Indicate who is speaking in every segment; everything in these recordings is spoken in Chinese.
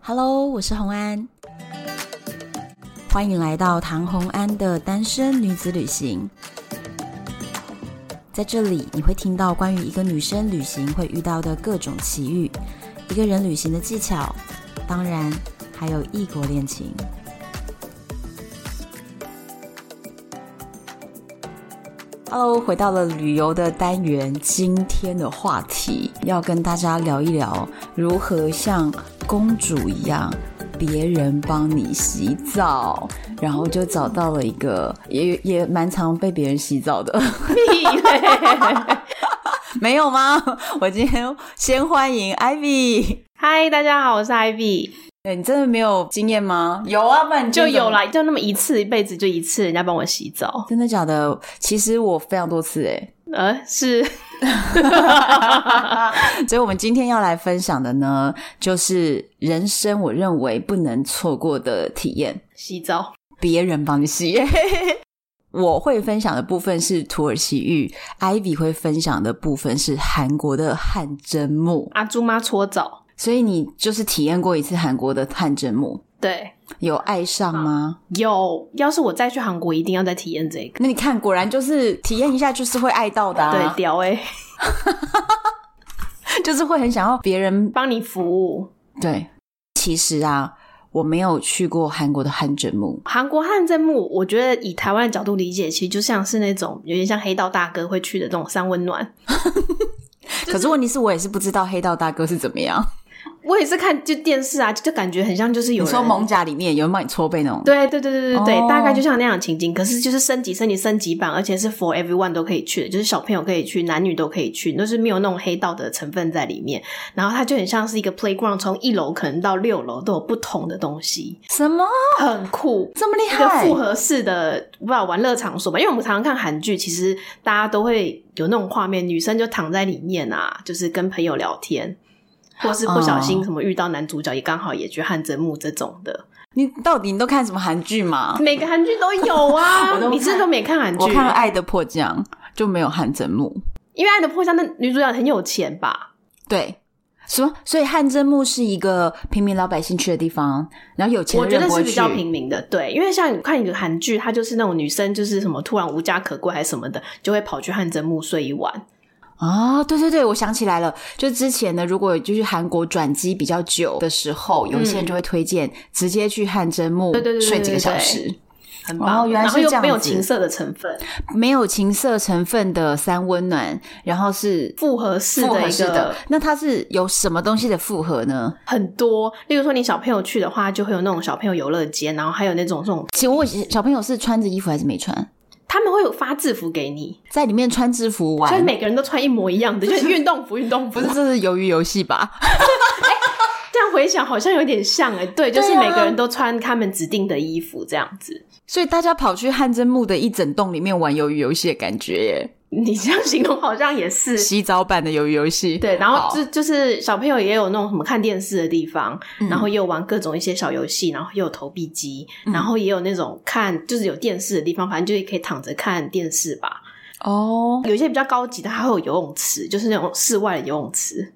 Speaker 1: Hello，我是红安，欢迎来到唐红安的单身女子旅行。在这里，你会听到关于一个女生旅行会遇到的各种奇遇，一个人旅行的技巧，当然还有异国恋情。Hello，回到了旅游的单元。今天的话题要跟大家聊一聊如何像公主一样，别人帮你洗澡，然后就找到了一个也也蛮常被别人洗澡的。
Speaker 2: 屁嘞！
Speaker 1: 没有吗？ 我今天先欢迎 Ivy。
Speaker 2: 嗨，大家好，我是 Ivy。
Speaker 1: 哎，你真的没有经验吗？有啊，不然你
Speaker 2: 就
Speaker 1: 怎么
Speaker 2: 有啦，就那么一次，一辈子就一次，人家帮我洗澡。
Speaker 1: 真的假的？其实我非常多次哎、
Speaker 2: 呃， 是
Speaker 1: 所以，我们今天要来分享的呢，就是人生我认为不能错过的体验，
Speaker 2: 洗澡。
Speaker 1: 别人帮你洗。 我会分享的部分是土耳其浴，Ivy 会分享的部分是韩国的汗蒸木。
Speaker 2: 阿朱妈搓澡，
Speaker 1: 所以你就是体验过一次韩国的汗蒸木，
Speaker 2: 对，
Speaker 1: 有爱上吗？
Speaker 2: 有。要是我再去韩国，一定要再体验这个。
Speaker 1: 那你看，果然就是体验一下，就是会爱到的、啊
Speaker 2: 对，，屌哎、
Speaker 1: 就是会很想要别人
Speaker 2: 帮你服务。
Speaker 1: 对。其实啊，我没有去过韩国的汗蒸木，
Speaker 2: 韩国汗蒸木，我觉得以台湾的角度理解，其实就像是那种有点像黑道大哥会去的这种三温暖。
Speaker 1: 可是问题是我也是不知道黑道大哥是怎么样。
Speaker 2: 我也是看就电视啊，就就感觉很像就是有
Speaker 1: 你
Speaker 2: 人
Speaker 1: 说蒙甲里面有人帮你搓背那种，
Speaker 2: 对对对对对对
Speaker 1: 哦
Speaker 2: 大概就像那样的情景，可是就是升级、升级、升级版，而且是 for everyone 都可以去的，就是小朋友可以去，男女都可以去，都是没有那种黑道的成分在里面。然后它就很像是一个 playground，从一楼可能到六楼都有不同的东西，
Speaker 1: 什么
Speaker 2: 很酷。
Speaker 1: 这么厉
Speaker 2: 一个
Speaker 1: 害
Speaker 2: 复？合式的不知道玩乐场所吧，因为我们常常看韩剧，其实大家都会有那种画面，女生就躺在里面啊，就是跟朋友聊天，或是不小心
Speaker 1: 哦
Speaker 2: 什么遇到男主角，也刚好也去汗蒸木这种的。
Speaker 1: 你到底你都看什么韩剧吗？
Speaker 2: 每个韩剧都有啊
Speaker 1: 我都，
Speaker 2: 你是不是都没看韩剧？
Speaker 1: 我看了《爱的迫降》，就没有汗蒸木。
Speaker 2: 因为《爱的迫降》那女主角很有钱吧？
Speaker 1: 对，什么？所以汗蒸木是一个平民老百姓去的地方，然后有钱
Speaker 2: 我
Speaker 1: 的
Speaker 2: 觉
Speaker 1: 人
Speaker 2: 得
Speaker 1: 不会
Speaker 2: 是比
Speaker 1: 去。
Speaker 2: 较平民的，对，因为像你看一个韩剧，它就是那种女生就是什么突然无家可归还是什么的，就会跑去汗蒸木睡一晚。
Speaker 1: 啊，对对对，我想起来了，就之前呢，如果就是韩国转机比较久的时候，有一些人就会推荐直接去汗蒸木
Speaker 2: 嗯对对对对
Speaker 1: 睡几个
Speaker 2: 对
Speaker 1: 小
Speaker 2: 对
Speaker 1: 时，
Speaker 2: 很
Speaker 1: 哦
Speaker 2: 棒，
Speaker 1: 原来
Speaker 2: 然
Speaker 1: 是
Speaker 2: 后又
Speaker 1: 这样
Speaker 2: 没有
Speaker 1: 子
Speaker 2: 情色的成分，
Speaker 1: 没有情色成分的三温暖，然后是
Speaker 2: 复合式
Speaker 1: 复
Speaker 2: 的
Speaker 1: 合
Speaker 2: 一
Speaker 1: 式的
Speaker 2: 个。
Speaker 1: 那它是有什么东西的复合呢？
Speaker 2: 很多。例如说，你小朋友去的话，就会有那种小朋友游乐街，然后还有那种这种，
Speaker 1: 请问小朋友是穿着衣服还是没穿？
Speaker 2: 他们会有发制服给你，
Speaker 1: 在里面穿制服玩
Speaker 2: 所以？每个人都穿一模一样的，就是运动服，运动服
Speaker 1: 不。是，这是鱿鱼游戏吧？
Speaker 2: 这样回想好像有点像哎、对，
Speaker 1: 对
Speaker 2: 就
Speaker 1: 啊
Speaker 2: 是每个人都穿他们指定的衣服这样子。
Speaker 1: 所以大家跑去汗蒸木的一整栋里面玩鱿鱼游戏的感觉耶，
Speaker 2: 你这样形容好像也是
Speaker 1: 洗澡版的鱿鱼游戏。
Speaker 2: 对，然后
Speaker 1: 好
Speaker 2: 就就是小朋友也有那种什么看电视的地方，
Speaker 1: 嗯
Speaker 2: 然后也有玩各种一些小游戏，然后也有投币机，然后也有那种看就是有电视的地方，反正就是可以躺着看电视吧。
Speaker 1: 哦，
Speaker 2: 有一些比较高级的，它会有游泳池，就是那种室外的游泳池，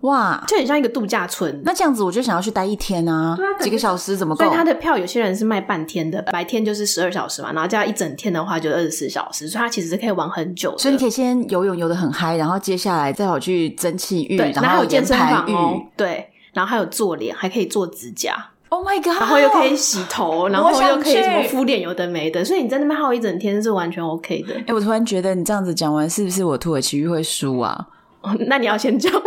Speaker 1: 哇，
Speaker 2: 就很像一个度假村。
Speaker 1: 那这样子我就想要去待一天啊，
Speaker 2: 对啊
Speaker 1: 几个小时怎么
Speaker 2: 所
Speaker 1: 够
Speaker 2: 以？它的票有些人是卖半天的，白天就是十二小时嘛，然后加一整天的话就二十四小时，所以它其实是可以玩很久的。
Speaker 1: 所以你可以先游泳游的很嗨，然后接下来再跑去蒸汽浴，
Speaker 2: 对，然后
Speaker 1: 后
Speaker 2: 有健身
Speaker 1: 岩
Speaker 2: 房
Speaker 1: 盘浴。
Speaker 2: 哦，对，然后还有做脸，还可以做指甲，
Speaker 1: Oh my god！
Speaker 2: 然后又可以洗头，然后又
Speaker 1: 想
Speaker 2: 可以什么
Speaker 1: 去
Speaker 2: 敷脸，有的没的，所以你在那边耗一整天是完全 OK 的
Speaker 1: 哎、。我突然觉得你这样子讲完，是不是我土耳其浴会输啊？
Speaker 2: 哦那你要先讲吗？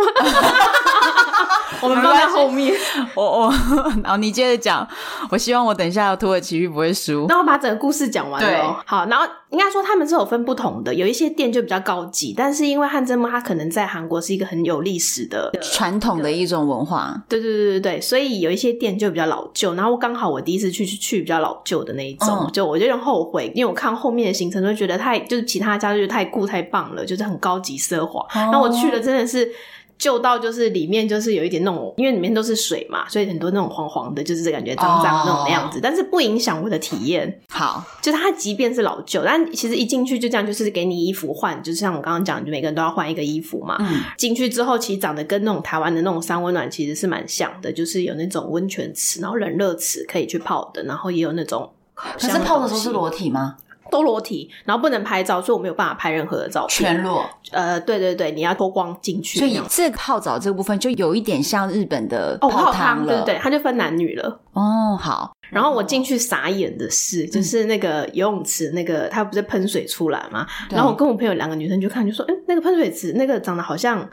Speaker 2: 我们放在后面，哦
Speaker 1: 我我， 然后你接着讲。我希望我等一下土耳其浴不会 输。
Speaker 2: 那我把整个故事讲完了哦。好，然后应该说他们是有分不同的，有一些店就比较高级，但是因为汗蒸木它可能在韩国是一个很有历史的
Speaker 1: 传统的一种文化，
Speaker 2: 对对对对对，所以有一些店就比较老旧，然后刚好我第一次去去去比较老旧的那一种，
Speaker 1: 嗯
Speaker 2: 就我就有点后悔，因为我看后面的行程就觉得太就是其他家就是太酷太棒了，就是很高级奢华，
Speaker 1: 哦
Speaker 2: 然后我去了真的是。旧到就是里面就是有一点那种，因为里面都是水嘛，所以很多那种黄黄的，就是感觉脏脏那
Speaker 1: 哦
Speaker 2: 种那样子但是不影响我的体验。
Speaker 1: 好，
Speaker 2: 就是它即便是老旧，但其实一进去就这样，就是给你衣服换，就是像我刚刚讲，就每个人都要换一个衣服嘛。
Speaker 1: 嗯，
Speaker 2: 进去之后，其实长得跟那种台湾的那种三温暖其实是蛮像的，就是有那种温泉池，然后冷热池可以去泡的，然后也有那种
Speaker 1: 可是泡的时候是裸体吗？
Speaker 2: 都裸体，然后不能拍照，所以我没有办法拍任何的照片。
Speaker 1: 全裸，
Speaker 2: 呃，对对对，你要脱光进去
Speaker 1: 所
Speaker 2: 那
Speaker 1: 以
Speaker 2: 样。
Speaker 1: 这个泡澡这个部分就有一点像日本的
Speaker 2: 哦，
Speaker 1: 汤
Speaker 2: 泡汤对
Speaker 1: 了，
Speaker 2: 不对？它就分男女了。
Speaker 1: 哦，嗯好，
Speaker 2: 然后我进去傻眼的是，就是那个游泳池那个，它不是喷水出来嘛？
Speaker 1: 对
Speaker 2: 然后我跟我朋友两个女生就看，就说，哎、那个喷水池那个长得好像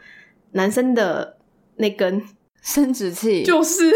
Speaker 2: 男生的那根，
Speaker 1: 生殖器，
Speaker 2: 就是。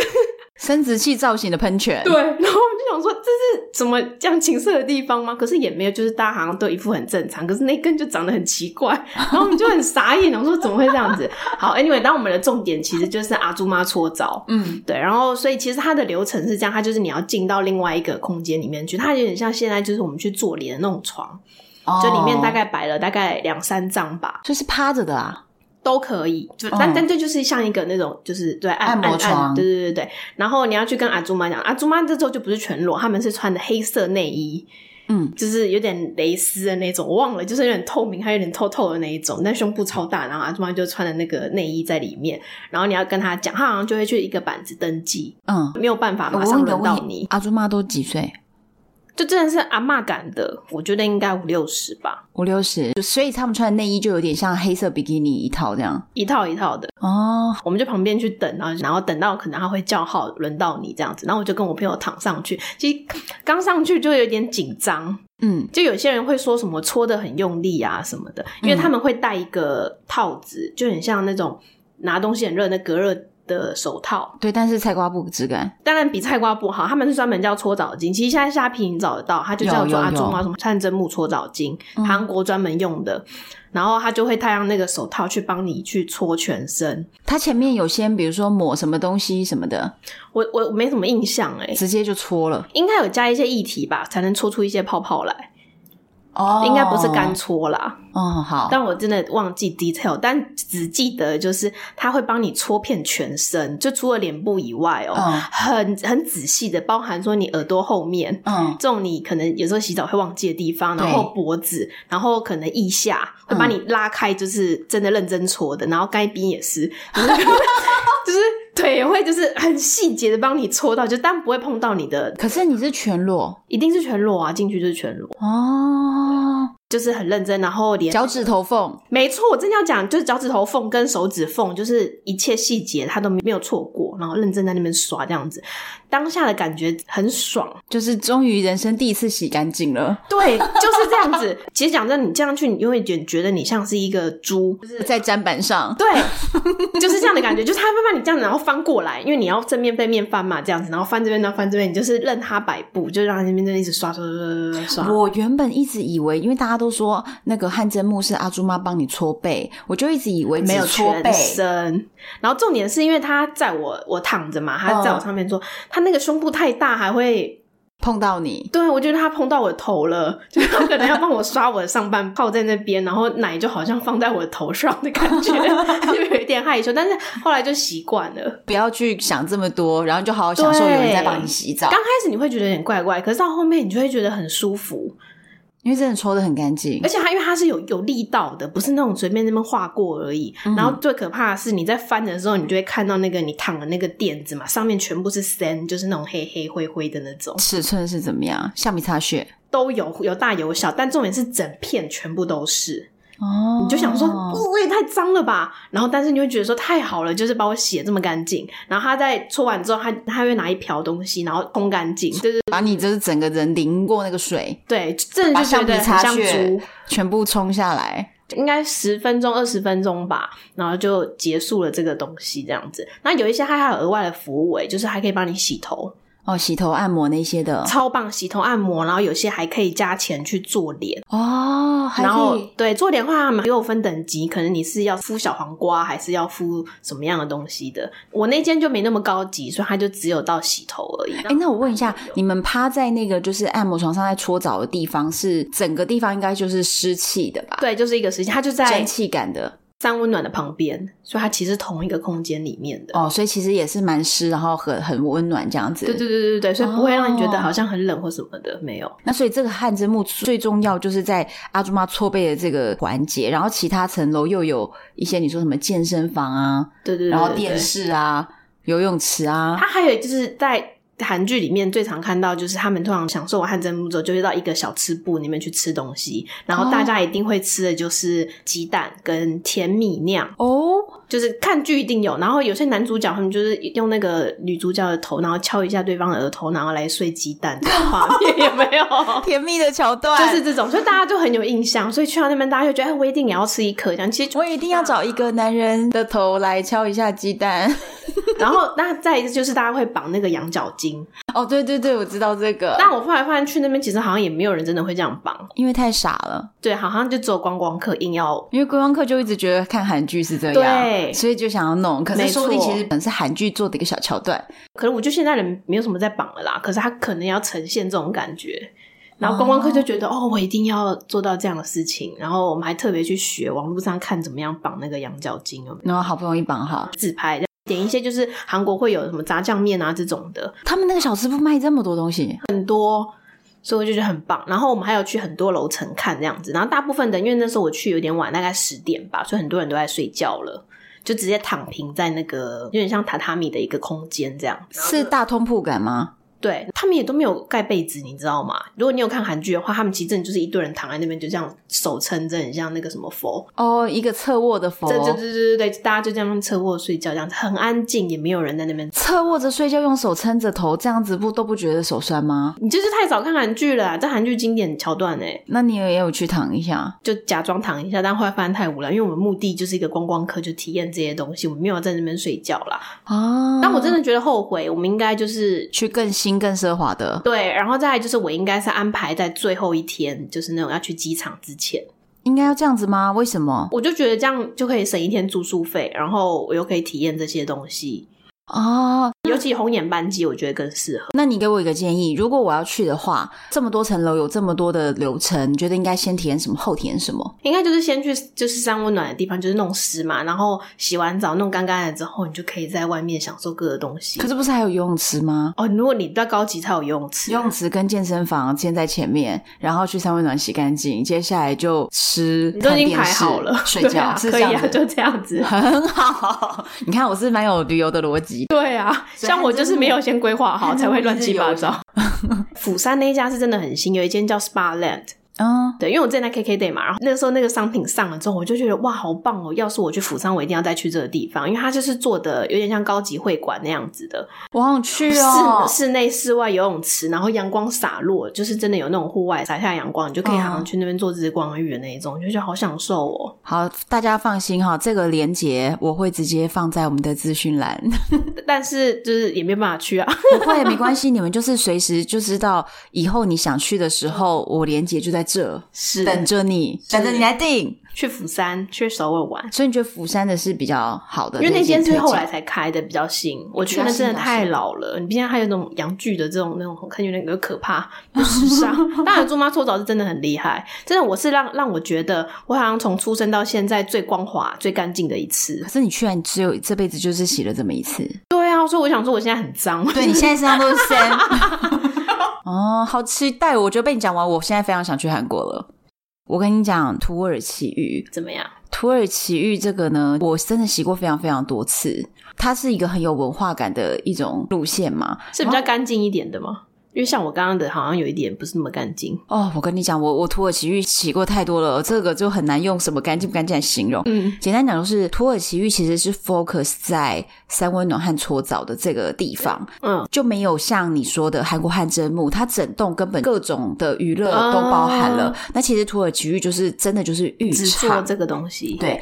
Speaker 1: 生殖器造型的喷泉，
Speaker 2: 对，，然后我就想说，这是怎么这样情色的地方吗？可是也没有，就是大家好像都一副很正常，可是那根就长得很奇怪，然后我们就很傻眼，想说怎么会这样子？好，anyway，当我们的重点其实就是阿朱妈搓澡。
Speaker 1: 嗯，
Speaker 2: 对，然后所以其实它的流程是这样，它就是你要进到另外一个空间里面去，它有点像现在就是我们去做脸的那种床，
Speaker 1: 哦
Speaker 2: 就里面大概摆了大概两三张吧，
Speaker 1: 就是趴着的啊，
Speaker 2: 都可以，就
Speaker 1: 嗯
Speaker 2: 但但这就是像一个那种，就是对按
Speaker 1: 按摩
Speaker 2: 按
Speaker 1: 床
Speaker 2: 对对对对。然后你要去跟阿朱妈讲，阿朱妈这时候就不是全裸，他们是穿的黑色内衣，
Speaker 1: 嗯，
Speaker 2: 就是有点蕾丝的那种，我忘了，就是有点透明，还有点透透的那一种，但胸部超大，然后阿朱妈就穿的那个内衣在里面，然后你要跟他讲，他好像就会去一个板子登记，
Speaker 1: 嗯，
Speaker 2: 没有办法
Speaker 1: 我
Speaker 2: 马
Speaker 1: 问
Speaker 2: 上
Speaker 1: 你个
Speaker 2: 轮
Speaker 1: 问
Speaker 2: 到
Speaker 1: 题
Speaker 2: 你，，
Speaker 1: 阿朱妈都几岁？
Speaker 2: 就真的是阿嬷感的，我觉得应该五六十吧，
Speaker 1: 五六十，所以他们穿的内衣就有点像黑色比基尼一套这样。
Speaker 2: 一套一套的。
Speaker 1: 哦，
Speaker 2: 我们就旁边去等，啊然后然后等到可能他会叫号轮到你这样子，然后我就跟我朋友躺上去，其实刚上去就有点紧张，
Speaker 1: 嗯，
Speaker 2: 就有些人会说什么搓的很用力啊什么的，因为他们会戴一个套子，就很像那种拿东西很热的隔热。的手套，
Speaker 1: 对，但是菜瓜布质感，
Speaker 2: 当然比菜瓜布好，他们是专门叫搓澡巾。其实现在虾皮你找得到，它就
Speaker 1: 有
Speaker 2: 叫
Speaker 1: 有
Speaker 2: 做阿
Speaker 1: 有
Speaker 2: 中啊什么汗蒸木搓澡巾，
Speaker 1: 嗯
Speaker 2: 韩国专门用的。然后他就会太阳那个手套去帮你去搓全身。
Speaker 1: 它前面有些比如说抹什么东西什么的，
Speaker 2: 我我没什么印象哎、
Speaker 1: 直接就搓了。
Speaker 2: 应该有加一些液体吧，才能搓出一些泡泡来，
Speaker 1: 哦
Speaker 2: 应该不是干。搓啦。
Speaker 1: 哦，好，
Speaker 2: 但我真的忘记 detail，但只记得就是它会帮你搓遍全身，就除了脸部以外哦、
Speaker 1: 嗯
Speaker 2: 很很仔细的，包含说你耳朵后面。
Speaker 1: 嗯，
Speaker 2: 这种你可能有时候洗澡会忘记的地方，
Speaker 1: 对
Speaker 2: 然后脖子，然后可能腋下会把你拉开，就是真的认真搓的，然后该冰也是， 就是就是腿也会就是很细节的帮你搓到，就但不会碰到你的
Speaker 1: 可是你是全裸
Speaker 2: 一定是全裸啊，进去就是全裸，
Speaker 1: 哦，
Speaker 2: 就是很认真，然后连
Speaker 1: 脚趾头缝，
Speaker 2: 没错，我真的要讲，就是脚趾头缝跟手指缝，就是一切细节他都没有错过，然后认真在那边刷这样子，当下的感觉很爽，
Speaker 1: 就是终于人生第一次洗干净了，
Speaker 2: 对，就是这样子。其实讲真的，你这样去，你会觉觉得你像是一个猪，
Speaker 1: 在砧板上。
Speaker 2: 对，就是这样的感觉，就是他会把你这样子，然后翻过来，因为你要正面背面翻嘛，这样子，然后翻这边，然后翻这边，你就是任他摆布，就让他那边一直刷刷刷刷刷刷。
Speaker 1: 我原本一直以为，因为大家都说那个汗蒸木是阿朱妈帮你搓背，我就一直以为只
Speaker 2: 没有
Speaker 1: 搓背
Speaker 2: 全，身。然后重点是因为他在我我躺着嘛，他在我上面坐，他那个胸部太大，还会
Speaker 1: 碰到你，
Speaker 2: 对我觉得他碰到我的头了，就是他可能要帮我刷我的上半泡在那边，然后奶就好像放在我的头上的感觉， 就有一点害羞，但是后来就习惯了。
Speaker 1: 不要去想这么多，然后就好好享受有人在帮你洗澡
Speaker 2: 刚，开始你会觉得有点怪怪，可是到后面你就会觉得很舒服，
Speaker 1: 因为真的搓的很干净
Speaker 2: 而。且它因为它是有有力道的，不是那种随便那边划过而已。
Speaker 1: 嗯
Speaker 2: 然后最可怕的是你在翻的时候，你就会看到那个你躺的那个垫子嘛，上面全部是 sand，就是那种黑黑灰灰的那种，
Speaker 1: 尺寸是怎么样？橡皮擦屑
Speaker 2: 都有有大有小，但重点是整片全部都是。
Speaker 1: 哦，
Speaker 2: 你就想说，哦我也太脏了吧。然后，但是你会觉得说太好了，就是把我洗的这么干净。然后他在搓完之后，他他会拿一瓢东西，然后冲干净，就是
Speaker 1: 把你就是整个人淋过那个水，
Speaker 2: 对，真的
Speaker 1: 把
Speaker 2: 就觉
Speaker 1: 橡皮
Speaker 2: 得很
Speaker 1: 擦
Speaker 2: 像
Speaker 1: 屑
Speaker 2: 猪。
Speaker 1: 全部冲下来。
Speaker 2: 应该十分钟、二十分钟吧，然后就结束了这个东西这样子。那有一些它还有额外的服务、欸，就是还可以帮你洗头，
Speaker 1: 哦，洗头、按摩那些的
Speaker 2: 超棒，洗头按摩，然后有些还可以加钱去做脸。
Speaker 1: 哦，还
Speaker 2: 然
Speaker 1: 可
Speaker 2: 后
Speaker 1: 以
Speaker 2: 对做脸的话，他们也有分等级，可能你是要敷小黄瓜，还是要敷什么样的东西的。我那间就没那么高级，所以它就只有到洗头而已。
Speaker 1: 哎、那我问一下，你们趴在那个就是按摩床上在搓澡的地方，是整个地方应该就是湿气的吧？，
Speaker 2: 对，就是一个时间，它就在
Speaker 1: 蒸汽感的。
Speaker 2: 三温暖的旁边，所以它其实同一个空间里面的。
Speaker 1: 哦，所以其实也是蛮湿，然后很很温暖这样子。
Speaker 2: 对对对对对，所以不
Speaker 1: 哦
Speaker 2: 会让你觉得好像很冷或什么的，没有。
Speaker 1: 那所以这个汗蒸木最重要就是在阿朱妈搓背的这个环节，然后其他层楼又有一些你说什么健身房啊，
Speaker 2: 对对对对
Speaker 1: 然后
Speaker 2: 对
Speaker 1: 电视啊、游泳池啊，
Speaker 2: 它还有就是在韩剧里面最常看到，就是他们通常享受完汗蒸木之后，就会到一个小吃部里面去吃东西，然后大家一定会吃的就是鸡蛋跟甜米酿，
Speaker 1: 哦，
Speaker 2: 就是看剧一定有。然后有些男主角他们就是用那个女主角的头，然后敲一下对方的额头，然后来碎鸡蛋这种画面有没 有？
Speaker 1: 甜蜜的桥段，
Speaker 2: 就是这种，所以大家就很有印象，所以去到那边大家就觉得，哎，我一定也要吃一颗这样。其实就
Speaker 1: 我一定要找一个男人的头来敲一下鸡蛋。
Speaker 2: 然后那再一个就是大家会绑那个羊角巾，
Speaker 1: 哦，对对对，我知道这个，
Speaker 2: 但我后来发现去那边其实好像也没有人真的会这样绑，
Speaker 1: 因为太傻了，
Speaker 2: 对，好像就只有观光客硬要。
Speaker 1: 因为观光客就一直觉得看韩剧是这样，
Speaker 2: 对
Speaker 1: 所以就想要弄。可
Speaker 2: 没
Speaker 1: 是
Speaker 2: 错
Speaker 1: 说不定其实可能是韩剧做的一个小桥段。
Speaker 2: 可能我觉得现在人没有什么在绑了啦，可是他可能要呈现这种感觉。然后观光客就觉得哦我一定要做到这样的事情。然后我们还特别去学网络上看怎么样绑那个羊角巾，有没有
Speaker 1: 然后好不容易绑好，
Speaker 2: 自拍，点一些就是韩国会有什么炸酱面啊这种的，
Speaker 1: 他们那个小吃部卖这么多东西，
Speaker 2: 所以我就觉得很棒。然后我们还有去很多楼层看这样子，然后大部分的因为那时候我去有点晚，大概十点吧，所以很多人都在睡觉了，就直接躺平在那个有点像榻榻米的一个空间这样。
Speaker 1: 是大通铺感吗？
Speaker 2: 对他们也都没有盖被子，你知道吗？如果你有看韩剧的话，他们其实真的就是一堆人躺在那边，就这样手撑着，很像那个什么佛。
Speaker 1: 哦，一个侧卧的佛
Speaker 2: 对，对对对对对，大家就这样侧卧睡觉，这样子很安静，也没有人在那边。
Speaker 1: 侧卧着睡觉，用手撑着头，这样子不都不觉得手酸吗？
Speaker 2: 你就是太少看韩剧了啊、这韩剧经典桥段哎、
Speaker 1: 那你也有去躺一下，
Speaker 2: 就假装躺一下，但后来发现太无聊，因为我们目的就是一个观光客，就体验这些东西，我们没有在那边睡觉啦。
Speaker 1: 哦，
Speaker 2: 但我真的觉得后悔，我们应该就是
Speaker 1: 去更新更奢华的，
Speaker 2: 对，然后再来就是我应该是安排在最后一天，就是那种要去机场之前。
Speaker 1: 应该要这样子吗？为什么？
Speaker 2: 我就觉得这样就可以省一天住宿费，然后我又可以体验这些东西。
Speaker 1: 哦，
Speaker 2: 尤其红眼班机，我觉得更适合。
Speaker 1: 那你给我一个建议，如果我要去的话，这么多层楼有这么多的流程，你觉得应该先体验什么，后体验什么？
Speaker 2: 应该就是先去就是三温暖的地方，就是弄湿嘛，然后洗完澡弄干干了之后，你就可以在外面享受各个东西
Speaker 1: 可。是不是还有游泳池吗？
Speaker 2: 哦，如果你到高级，才有游泳池
Speaker 1: 游。泳池跟健身房先在前面，然后去三温暖洗干净，接下来就吃，
Speaker 2: 你都已经
Speaker 1: 看
Speaker 2: 排
Speaker 1: 电视
Speaker 2: 好了，
Speaker 1: 睡
Speaker 2: 对
Speaker 1: 觉、
Speaker 2: 啊、
Speaker 1: 是
Speaker 2: 可
Speaker 1: 这
Speaker 2: 以
Speaker 1: 样
Speaker 2: 啊，
Speaker 1: 子，
Speaker 2: 就这样子。
Speaker 1: 很好。 你看我是蛮有旅游的逻辑，
Speaker 2: 对啊，
Speaker 1: 所以
Speaker 2: 像我
Speaker 1: 还真
Speaker 2: 就是没有先规划 好，
Speaker 1: 还真
Speaker 2: 才会乱
Speaker 1: 是
Speaker 2: 七八
Speaker 1: 有
Speaker 2: 糟。 釜山那一家是真的很新，有一间叫 Spa Land，
Speaker 1: 嗯，
Speaker 2: 对，因为我之前在 KK Day 嘛，然后那个时候那个商品上了之后，我就觉得哇，好棒哦！要是我去釜山，我一定要再去这个地方，因为它就是做的有点像高级会馆那样子的，
Speaker 1: 我好想去哦
Speaker 2: 室。室内、室外游泳池，然后阳光洒落，就是真的有那种户外洒下阳光，你就
Speaker 1: 嗯
Speaker 2: 可以好像去那边做日光浴的那一种，我就觉得好享受哦。
Speaker 1: 好，大家放心哈，这个链接我会直接放在我们的资讯 栏。
Speaker 2: 但是就是也没办法去啊，
Speaker 1: 不会，没关系，你们就是随时就知道，以后你想去的时候，我连杰就在这
Speaker 2: 是
Speaker 1: 等着你，等着你来订。
Speaker 2: 去釜山、去首尔玩。
Speaker 1: 所以你觉得釜山的是比较好的
Speaker 2: 因
Speaker 1: 推
Speaker 2: 为
Speaker 1: 荐，
Speaker 2: 那间
Speaker 1: 推
Speaker 2: 是后
Speaker 1: 荐
Speaker 2: 来才开的，比较新。我去
Speaker 1: 比较
Speaker 2: 那
Speaker 1: 啊新
Speaker 2: 真的
Speaker 1: 比较
Speaker 2: 太
Speaker 1: 新
Speaker 2: 老了，你毕竟还有那种洋剧的这种那种，看起来有点可怕，不时尚。当然，猪妈搓澡是真的很厉害，真的我是让让我觉得我好像从出生到现在最光滑、最干净的一次
Speaker 1: 可。是你居然只有这辈子就是洗了这么一次，
Speaker 2: 对啊，所以我想说我现在很脏。
Speaker 1: 对你现在身上都 是山。哦，好期待！我觉得被你讲完，我现在非常想去韩国了。我跟你讲，土耳其浴，
Speaker 2: 怎么样？
Speaker 1: 土耳其浴这个呢，我真的洗过非常非常多次。它是一个很有文化感的一种路线嘛，
Speaker 2: 是比较干净一点的吗？因为像我刚刚的，好像有一点不是那么干净。
Speaker 1: 哦，我跟你讲，我我土耳其浴洗过太多了，这个就很难用什么干净不干净来形容。
Speaker 2: 嗯，
Speaker 1: 简单讲，就是土耳其浴其实是 focus 在三温暖和搓澡的这个地方，
Speaker 2: 嗯，
Speaker 1: 就没有像你说的韩国汗蒸木，它整栋根本各种的娱乐都包含了。
Speaker 2: 哦
Speaker 1: 那其实土耳其浴就是真的就是浴
Speaker 2: 只做
Speaker 1: 场，
Speaker 2: 这个东西。
Speaker 1: 对，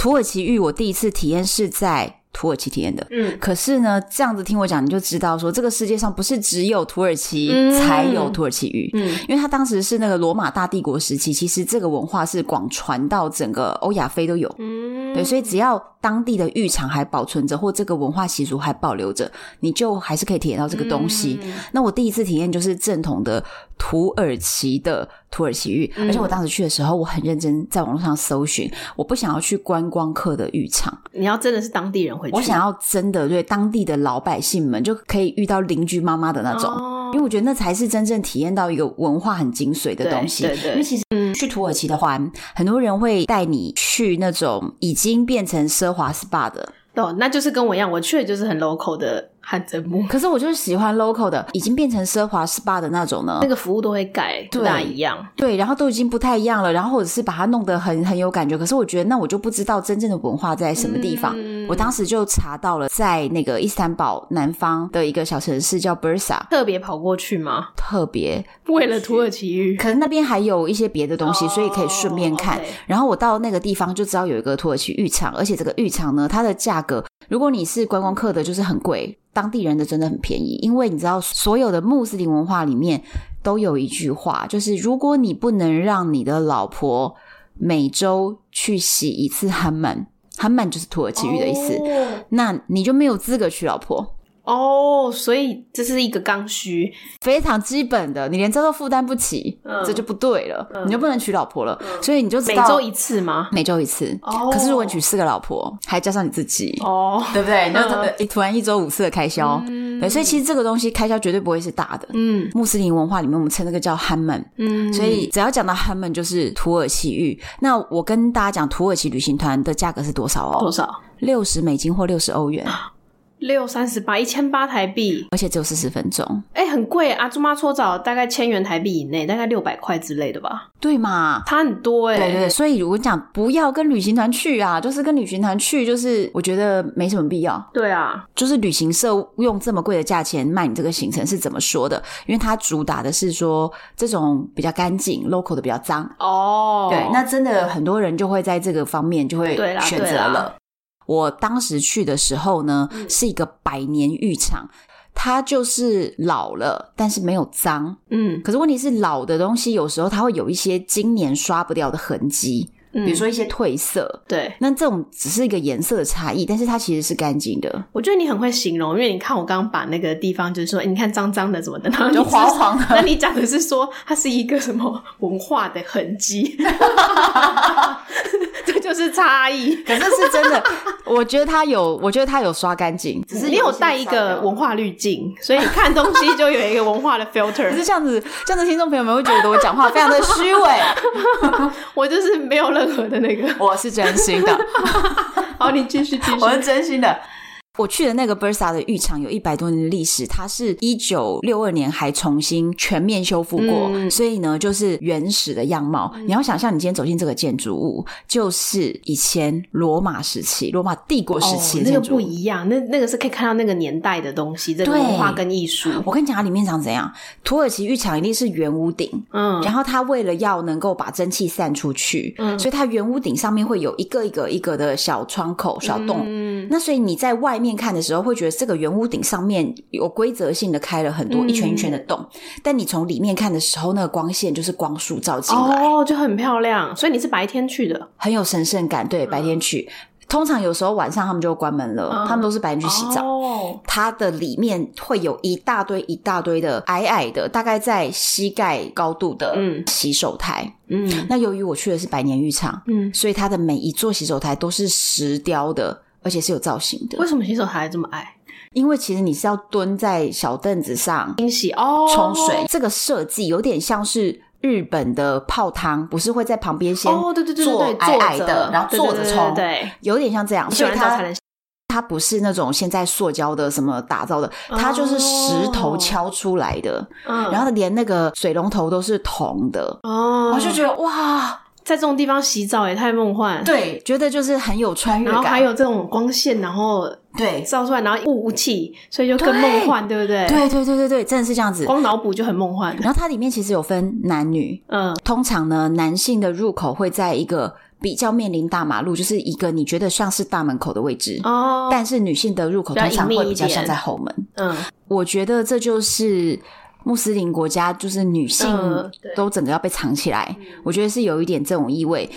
Speaker 1: 土耳其浴我第一次体验是在土耳其体验的。
Speaker 2: 嗯，
Speaker 1: 可是呢，这样子听我讲，你就知道说，这个世界上不是只有土耳其
Speaker 2: 嗯
Speaker 1: 才有土耳其语，
Speaker 2: 嗯
Speaker 1: 因为它当时是那个罗马大帝国时期，其实这个文化是广传到整个欧亚非都有。
Speaker 2: 嗯，
Speaker 1: 对，所以只要当地的浴场还保存着，或这个文化习俗还保留着，你就还是可以体验到这个东西。
Speaker 2: 嗯
Speaker 1: 那我第一次体验就是正统的土耳其的土耳其浴，
Speaker 2: 嗯
Speaker 1: 而且我当时去的时候，我很认真在网络上搜寻，我不想要去观光客的浴场，
Speaker 2: 你要真的是当地人回去，
Speaker 1: 我想要真的对当地的老百姓们就可以遇到邻居妈妈的那种。
Speaker 2: 哦
Speaker 1: 因为我觉得那才是真正体验到一个文化很精髓的东西。
Speaker 2: 对对对嗯
Speaker 1: 因为其实去土耳其的话，很多人会带你去那种已经变成奢华 SPA 的，
Speaker 2: 哦，那就是跟我一样，我去的就是很 local 的汗蒸木，
Speaker 1: 可是我就是喜欢 local 的，已经变成奢华 SPA 的那种呢
Speaker 2: 那。个服务都会改，不
Speaker 1: 对
Speaker 2: 大一样。
Speaker 1: 对，然后都已经不太一样了，然后或者是把它弄得很很有感觉，可是我觉得那我就不知道真正的文化在什么地方。
Speaker 2: 嗯
Speaker 1: 我当时就查到了，在那个伊斯坦堡南方的一个小城市叫 Bursa，
Speaker 2: 特别跑过去吗？
Speaker 1: 特别
Speaker 2: 为了土耳其浴，
Speaker 1: 可能那边还有一些别的东西，
Speaker 2: 哦
Speaker 1: 所以可以顺便看
Speaker 2: OK。
Speaker 1: 然后我到那个地方就知道有一个土耳其浴场，而且这个浴场呢，它的价格，如果你是观光客的，就是很贵；当地人的真的很便宜，因为你知道，所有的穆斯林文化里面都有一句话，就是如果你不能让你的老婆每周去洗一次汗曼，汗曼就是土耳其浴的意思，那你就没有资格娶老婆。
Speaker 2: 哦，所以这是一个刚需，
Speaker 1: 非常基本的，你连这都负担不起，
Speaker 2: 嗯
Speaker 1: 这就不对了，
Speaker 2: 嗯
Speaker 1: 你就不能娶老婆了。所以你就知
Speaker 2: 每
Speaker 1: 道
Speaker 2: 周一次吗？
Speaker 1: 每周一次。
Speaker 2: 哦
Speaker 1: 可是如果你娶四个老婆，还加上你自己，
Speaker 2: 哦，
Speaker 1: 对不对？你就真
Speaker 2: 嗯
Speaker 1: 的突然一周五次的开销，
Speaker 2: 嗯
Speaker 1: 对，所以其实这个东西开销绝对不会是大的。
Speaker 2: 嗯
Speaker 1: 穆斯林文化里面，我们称这个叫汉曼，
Speaker 2: 嗯，
Speaker 1: 所以只要讲到汉曼就是土耳其浴。那我跟大家讲，土耳其旅行团的价格是多少
Speaker 2: 多
Speaker 1: 哦？
Speaker 2: 少？啊
Speaker 1: 六十美金或六十欧元，
Speaker 2: 六三十八，一千八台币，
Speaker 1: 而且只有四十分钟，
Speaker 2: 哎、很贵。阿朱妈搓澡大概千元台币以内，大概六百块之类的吧，
Speaker 1: 对嘛？
Speaker 2: 它很多哎、
Speaker 1: 对对对，所以我讲不要跟旅行团去啊，就是跟旅行团去，就是我觉得没什么必要。
Speaker 2: 对啊，
Speaker 1: 就是旅行社用这么贵的价钱卖你这个行程是怎么说的？因为它主打的是说这种比较干净，local 的比较脏。
Speaker 2: 哦，
Speaker 1: 对，那真的很多人就会在这个方面就会
Speaker 2: 对啦
Speaker 1: 选
Speaker 2: 对
Speaker 1: 择
Speaker 2: 啦
Speaker 1: 了。我当时去的时候呢，
Speaker 2: 嗯
Speaker 1: 是一个百年浴场，它就是老了，但是没有脏。
Speaker 2: 嗯
Speaker 1: 可是问题是，老的东西有时候它会有一些今年刷不掉的痕迹，
Speaker 2: 嗯，
Speaker 1: 比如说一些褪色。
Speaker 2: 对，
Speaker 1: 那这种只是一个颜色的差异，但是它其实是干净的。
Speaker 2: 我觉得你很会形容，因为你看我刚刚把那个地方就是说，哎诶你看脏脏的什么的，然后你
Speaker 1: 就
Speaker 2: 只
Speaker 1: 黄黄的
Speaker 2: 那你讲的是说它是一个什么文化的 痕迹，这就是差异。
Speaker 1: 可是是真的，我觉得他有，我觉得他有刷干净，只是
Speaker 2: 嗯你有
Speaker 1: 些
Speaker 2: 带一个文化滤镜，所以你看东西就有一个文化的
Speaker 1: 可
Speaker 2: filter。
Speaker 1: 是这样子，这样子听众朋友们会觉得我讲话非常的虚 伪，
Speaker 2: 我就是没有任何的那个。
Speaker 1: 我是真心 的，
Speaker 2: 好，你继续继续。
Speaker 1: 我是真心的。我去的那个 Bursa 的浴场有一百多年的历史，它是一九六二年还重新全面修复过，
Speaker 2: 嗯
Speaker 1: 所以呢，就是原始的样貌。你要想象，你今天走进这个建筑物，就是以前罗马时期、罗马帝国时期
Speaker 2: 哦
Speaker 1: 的
Speaker 2: 那个
Speaker 1: 建筑
Speaker 2: 不
Speaker 1: 物。
Speaker 2: 一样，那那个是可以看到那个年代的东西，这个
Speaker 1: 对
Speaker 2: 文化跟艺术。
Speaker 1: 我跟你讲，它里面长怎样？土耳其浴场一定是圆屋顶，
Speaker 2: 嗯，
Speaker 1: 然后它为了要能够把蒸汽散出去，
Speaker 2: 嗯
Speaker 1: 所以它圆屋顶上面会有一个一个一个的小窗口、小洞。
Speaker 2: 嗯
Speaker 1: 那所以你在外面看的时候，会觉得这个圆屋顶上面有规则性的开了很多
Speaker 2: 嗯
Speaker 1: 一圈一圈的洞，但你从里面看的时候，那个光线就是光束照进来，
Speaker 2: 哦，就很漂亮。所以你是白天去的，
Speaker 1: 很有神圣感。对，白天去，通常有时候晚上他们就关门了，
Speaker 2: 嗯
Speaker 1: 他们都是白天去洗澡。
Speaker 2: 哦
Speaker 1: 它的里面会有一大堆一大堆的矮矮的，大概在膝盖高度的
Speaker 2: 嗯
Speaker 1: 洗手台。
Speaker 2: 嗯
Speaker 1: 那由于我去的是百年浴场，
Speaker 2: 嗯，
Speaker 1: 所以它的每一座洗手台都是石雕的，而且是有造型的
Speaker 2: 为。什么洗手台这么矮？
Speaker 1: 因为其实你是要蹲在小凳子上
Speaker 2: 清洗哦，
Speaker 1: 冲水，这个设计有点像是。日本的泡汤不是会在旁边先
Speaker 2: 哦，对对对对
Speaker 1: 坐
Speaker 2: 对，
Speaker 1: 矮矮
Speaker 2: 坐
Speaker 1: 的
Speaker 2: 着，
Speaker 1: 然后坐着冲，
Speaker 2: 对对对对，
Speaker 1: 有点像这样，
Speaker 2: 你洗
Speaker 1: 所以
Speaker 2: 完澡才
Speaker 1: 它
Speaker 2: 能洗。
Speaker 1: 它不是那种现在塑胶的什么打造的，它就是石头敲出来的，
Speaker 2: 哦嗯，
Speaker 1: 然后连那个水龙头都是铜的，
Speaker 2: 哦，
Speaker 1: 我就觉得哇，
Speaker 2: 在这种地方洗澡也太梦幻。。
Speaker 1: 对，觉得就是很有穿越
Speaker 2: 然后
Speaker 1: 感，
Speaker 2: 还有这种光线，然后
Speaker 1: 对
Speaker 2: 照出来，然后雾气，所以就更梦幻，对不对？，哦
Speaker 1: 对对对对对，真的是这样子。
Speaker 2: 光脑补就很梦幻。
Speaker 1: 然后它里面其实有分男女，
Speaker 2: 嗯
Speaker 1: 通常呢，男性的入口会在一个比较面临大马路，就是一个你觉得像是大门口的位置，
Speaker 2: 哦，
Speaker 1: 但是女性的入口
Speaker 2: 比较
Speaker 1: 通常
Speaker 2: 隐秘
Speaker 1: 会
Speaker 2: 一
Speaker 1: 比较像
Speaker 2: 点
Speaker 1: 在后门。
Speaker 2: 嗯，
Speaker 1: 我觉得这就是穆斯林国家，就是女性
Speaker 2: 嗯对嗯
Speaker 1: 都整个要被藏起来，我觉得是有一点这种意味。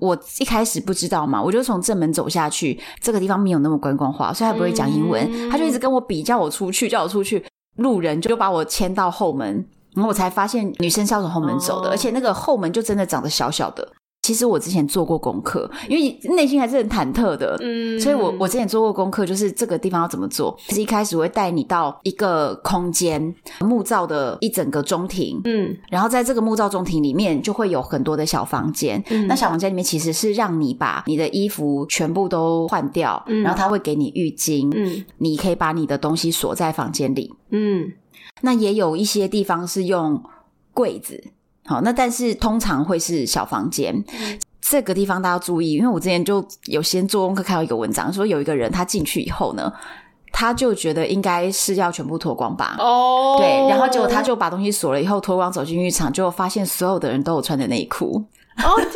Speaker 1: 我一开始不知道嘛，我就从正门走下去，这个地方没有那么观光化，所以他不会讲英文，
Speaker 2: 嗯
Speaker 1: 他就一直跟我比，叫我出去，叫我出去。路人就把我牵到后门，然后我才发现女生是要从后门走的，
Speaker 2: 哦
Speaker 1: 而且那个后门就真的长得小小的。其实我之前做过功课，因为内心还是很忐忑的，
Speaker 2: 嗯，
Speaker 1: 所以我我之前做过功课，就是这个地方要怎么做。其实一开始我会带你到一个空间，木造的一整个中庭，
Speaker 2: 嗯
Speaker 1: 然后在这个木造中庭里面就会有很多的小房间。
Speaker 2: 嗯
Speaker 1: 那小房间里面其实是让你把你的衣服全部都换掉，
Speaker 2: 嗯
Speaker 1: 然后他会给你浴巾，
Speaker 2: 嗯
Speaker 1: 你可以把你的东西锁在房间里。
Speaker 2: 嗯
Speaker 1: 那也有一些地方是用柜子，好，那但是通常会是小房间。
Speaker 2: 嗯
Speaker 1: 这个地方大家要注意，因为我之前就有先做功课看到一个文章，说有一个人他进去以后呢，他就觉得应该是要全部脱光吧。
Speaker 2: 哦，
Speaker 1: 对，然后结果他就把东西锁了以后，脱光走进浴场，结果发现所有的人都有穿着内裤，
Speaker 2: 哦天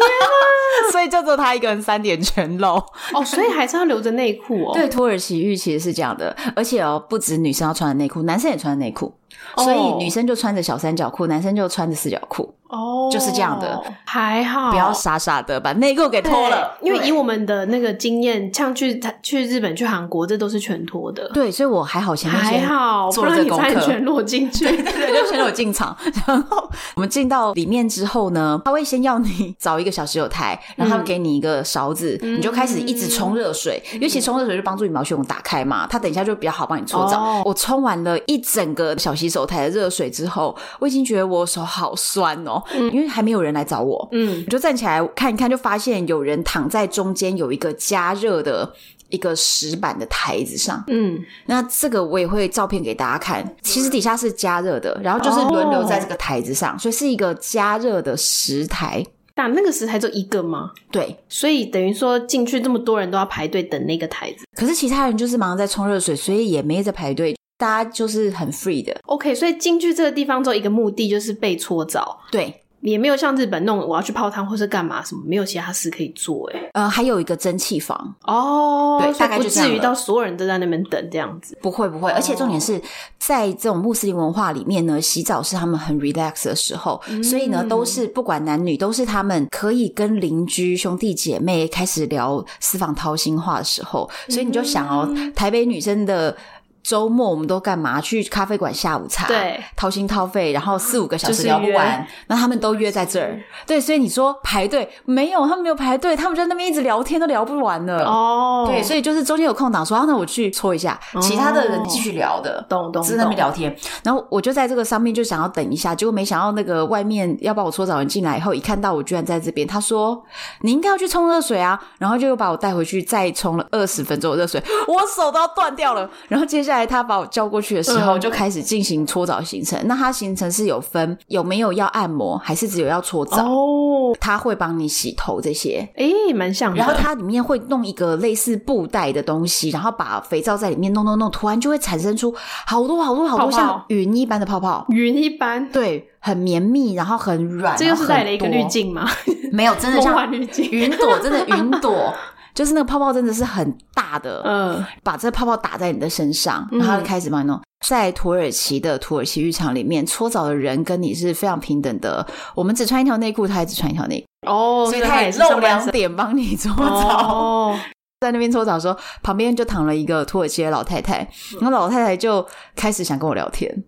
Speaker 1: 所以就只有他一个人三点全露。
Speaker 2: 啊，哦，所以还是要留着内裤哦，
Speaker 1: 对，土耳其浴其实是这样的，而且哦，不止女生要穿的内裤，男生也穿的内裤，
Speaker 2: 哦
Speaker 1: 所以女生就穿着小三角裤，男生就穿着四角裤，
Speaker 2: 哦，
Speaker 1: 就是这样的，
Speaker 2: 还好
Speaker 1: 不要傻傻的把内裤给脱了，
Speaker 2: 对因为
Speaker 1: 哦对
Speaker 2: 以我们的那个经验，像去去日本、去韩国，这都是全脱的。
Speaker 1: 对，所以我还好前面
Speaker 2: 还
Speaker 1: 先
Speaker 2: 好，不
Speaker 1: 做了
Speaker 2: 然
Speaker 1: 这
Speaker 2: 你
Speaker 1: 功
Speaker 2: 差点
Speaker 1: 课
Speaker 2: 全裸进 去。
Speaker 1: 对，就先有进 场，然后我们进到里面之后呢，他会先要你找一个小石榴台，然后他会给你一个勺子，你就开始一直冲热水，尤其冲热水就帮助你毛血管打开嘛，它等一下就比较好帮你搓澡。
Speaker 2: 哦
Speaker 1: 我冲完了一整个小洗手台的热水之后，我已经觉得我手好酸哦，因为还没有人来找我，
Speaker 2: 嗯
Speaker 1: 我就站起来看一看，就发现有人躺在中间有一个加热的一个石板的台子上。
Speaker 2: 嗯，
Speaker 1: 那这个我也会照片给大家看。其实底下是加热的，然后就是轮流在这个台子上，所以是一个加热的石台。
Speaker 2: 打那个时台就一个嘛，
Speaker 1: 对，
Speaker 2: 所以等于说进去这么多人都要排队等那个台子。
Speaker 1: 可是其他人就是忙着在冲热水，所以也没在排队，大家就是很 free 的。
Speaker 2: OK，所以进去这个地方之后，一个目的就是被搓澡，
Speaker 1: 对，
Speaker 2: 也没有像日本那种我要去泡汤或是干嘛什么，没有其他事可以做。哎，
Speaker 1: 呃，还有一个蒸汽房，
Speaker 2: 哦，
Speaker 1: 对
Speaker 2: 所以
Speaker 1: 大概
Speaker 2: 不
Speaker 1: 就这样
Speaker 2: 至于
Speaker 1: 了
Speaker 2: 到所有人都在那边等这样子。
Speaker 1: 不会不会，而且重点
Speaker 2: 哦
Speaker 1: 是在这种穆斯林文化里面呢，洗澡是他们很 relax 的时候，
Speaker 2: 嗯
Speaker 1: 所以呢，都是不管男女，都是他们可以跟邻居兄弟姐妹开始聊私房掏心话的时
Speaker 2: 嗯
Speaker 1: 候，所以你就想哦，台北女生的。周末我们都干嘛？去咖啡馆下午茶，
Speaker 2: 对，
Speaker 1: 掏心掏肺，然后四五个小
Speaker 2: 就是
Speaker 1: 时聊不
Speaker 2: 约嗯
Speaker 1: 完，那他们都约在这儿，对，所以你说排队没有？他们没有排队，他们就在那边一直聊天，都聊不完了。
Speaker 2: 哦，
Speaker 1: 呃对，所以就是中间有空档说，啊、那我去搓一下，其他的人继续聊的，
Speaker 2: 懂懂
Speaker 1: 只是在那边
Speaker 2: 懂
Speaker 1: 聊天。然后我就在这个上面就想要等一下，结果没想到那个外面要把我搓澡的人进来以后，一看到我居然在这边，他说你应该要去冲热水啊，然后就又把我带回去再冲了二十分钟的热水，我手都要断掉了。 然后接下来他把我叫过去的时候，
Speaker 2: 嗯
Speaker 1: 就开始进行搓澡行程。那他行程是有分有没有要按摩，还是只有要搓澡？
Speaker 2: 哦，
Speaker 1: 他会帮你洗头这些，
Speaker 2: 诶，蛮像的。
Speaker 1: 然后它里面会弄一个类似布袋的东西，然后把肥皂在里面弄弄弄，突然就会产生出好多好多好
Speaker 2: 泡泡
Speaker 1: 多像云一般的泡泡，
Speaker 2: 云一般，
Speaker 1: 对，很绵密，然后很软，
Speaker 2: 这又是带了一个
Speaker 1: 然后很
Speaker 2: 滤
Speaker 1: 多，
Speaker 2: 镜吗？
Speaker 1: 没有，真的
Speaker 2: 梦
Speaker 1: 像
Speaker 2: 幻滤镜。
Speaker 1: 云朵，真的云 朵。就是那个泡泡真的是很大的，
Speaker 2: 嗯，
Speaker 1: 把这泡泡打在你的身上，
Speaker 2: 嗯
Speaker 1: 然后它就开始帮你弄。在土耳其的土耳其浴场里面，搓澡的人跟你是非常平等的。我们只穿一条内裤，他也只穿一条内裤，
Speaker 2: 哦，
Speaker 1: 所以
Speaker 2: 他
Speaker 1: 他也
Speaker 2: 是
Speaker 1: 露
Speaker 2: 上半
Speaker 1: 两
Speaker 2: 身。
Speaker 1: 点帮你搓澡。
Speaker 2: 哦，
Speaker 1: 在那边搓澡的时候，旁边就躺了一个土耳其的老太太，然后老太太就开始想跟我聊天。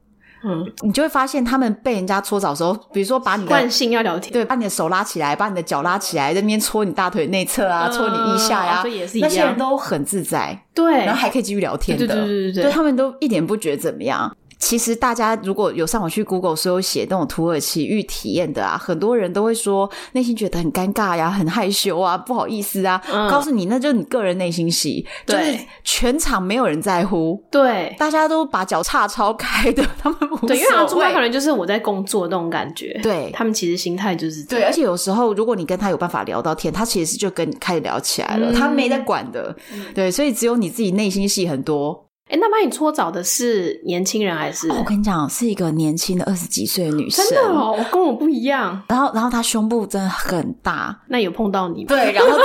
Speaker 2: 嗯，
Speaker 1: 你就会发现，他们被人家搓澡的时候，比如说把你
Speaker 2: 惯
Speaker 1: 的
Speaker 2: 性要聊天，
Speaker 1: 对，把你的手拉起来，把你的脚拉起来，在那边搓你大腿内侧啊，
Speaker 2: 嗯
Speaker 1: 搓你腋下呀、
Speaker 2: 所以也是一
Speaker 1: 那些人
Speaker 2: 样。
Speaker 1: 都很自在，
Speaker 2: 对，
Speaker 1: 然后还可以继续聊天
Speaker 2: 对
Speaker 1: 的，
Speaker 2: 对对对对
Speaker 1: 对他们都一点不觉得怎么样。其实大家如果有上网去 Google 所有写那种土耳其浴体验的啊，很多人都会说内心觉得很尴尬呀、很害羞啊、不好意思啊。
Speaker 2: 嗯
Speaker 1: 告诉你，那就是你个人内心戏，就是
Speaker 2: 对
Speaker 1: 全场没有人在乎，
Speaker 2: 对
Speaker 1: 大家都把脚岔超开的， 他们无
Speaker 2: 对，因为他
Speaker 1: 所
Speaker 2: 中
Speaker 1: 谓
Speaker 2: 间可能就是我在工作那种感觉。
Speaker 1: 哦对
Speaker 2: 他们其实心态就是这
Speaker 1: 对，而
Speaker 2: 样。
Speaker 1: 且有时候如果你跟他有办法聊到天，他其实就跟你开始聊起来了，
Speaker 2: 嗯
Speaker 1: 他没在管的，对，所以只有你自己内心戏很多。
Speaker 2: 哎，那帮你搓澡的是年轻人还是？
Speaker 1: 哦我跟你讲，是一个年轻的二十几岁的女生
Speaker 2: 真，的哦，我跟我不一样。
Speaker 1: 然后然后她胸部真的很大，
Speaker 2: 那有碰到你吗？
Speaker 1: 对，然后在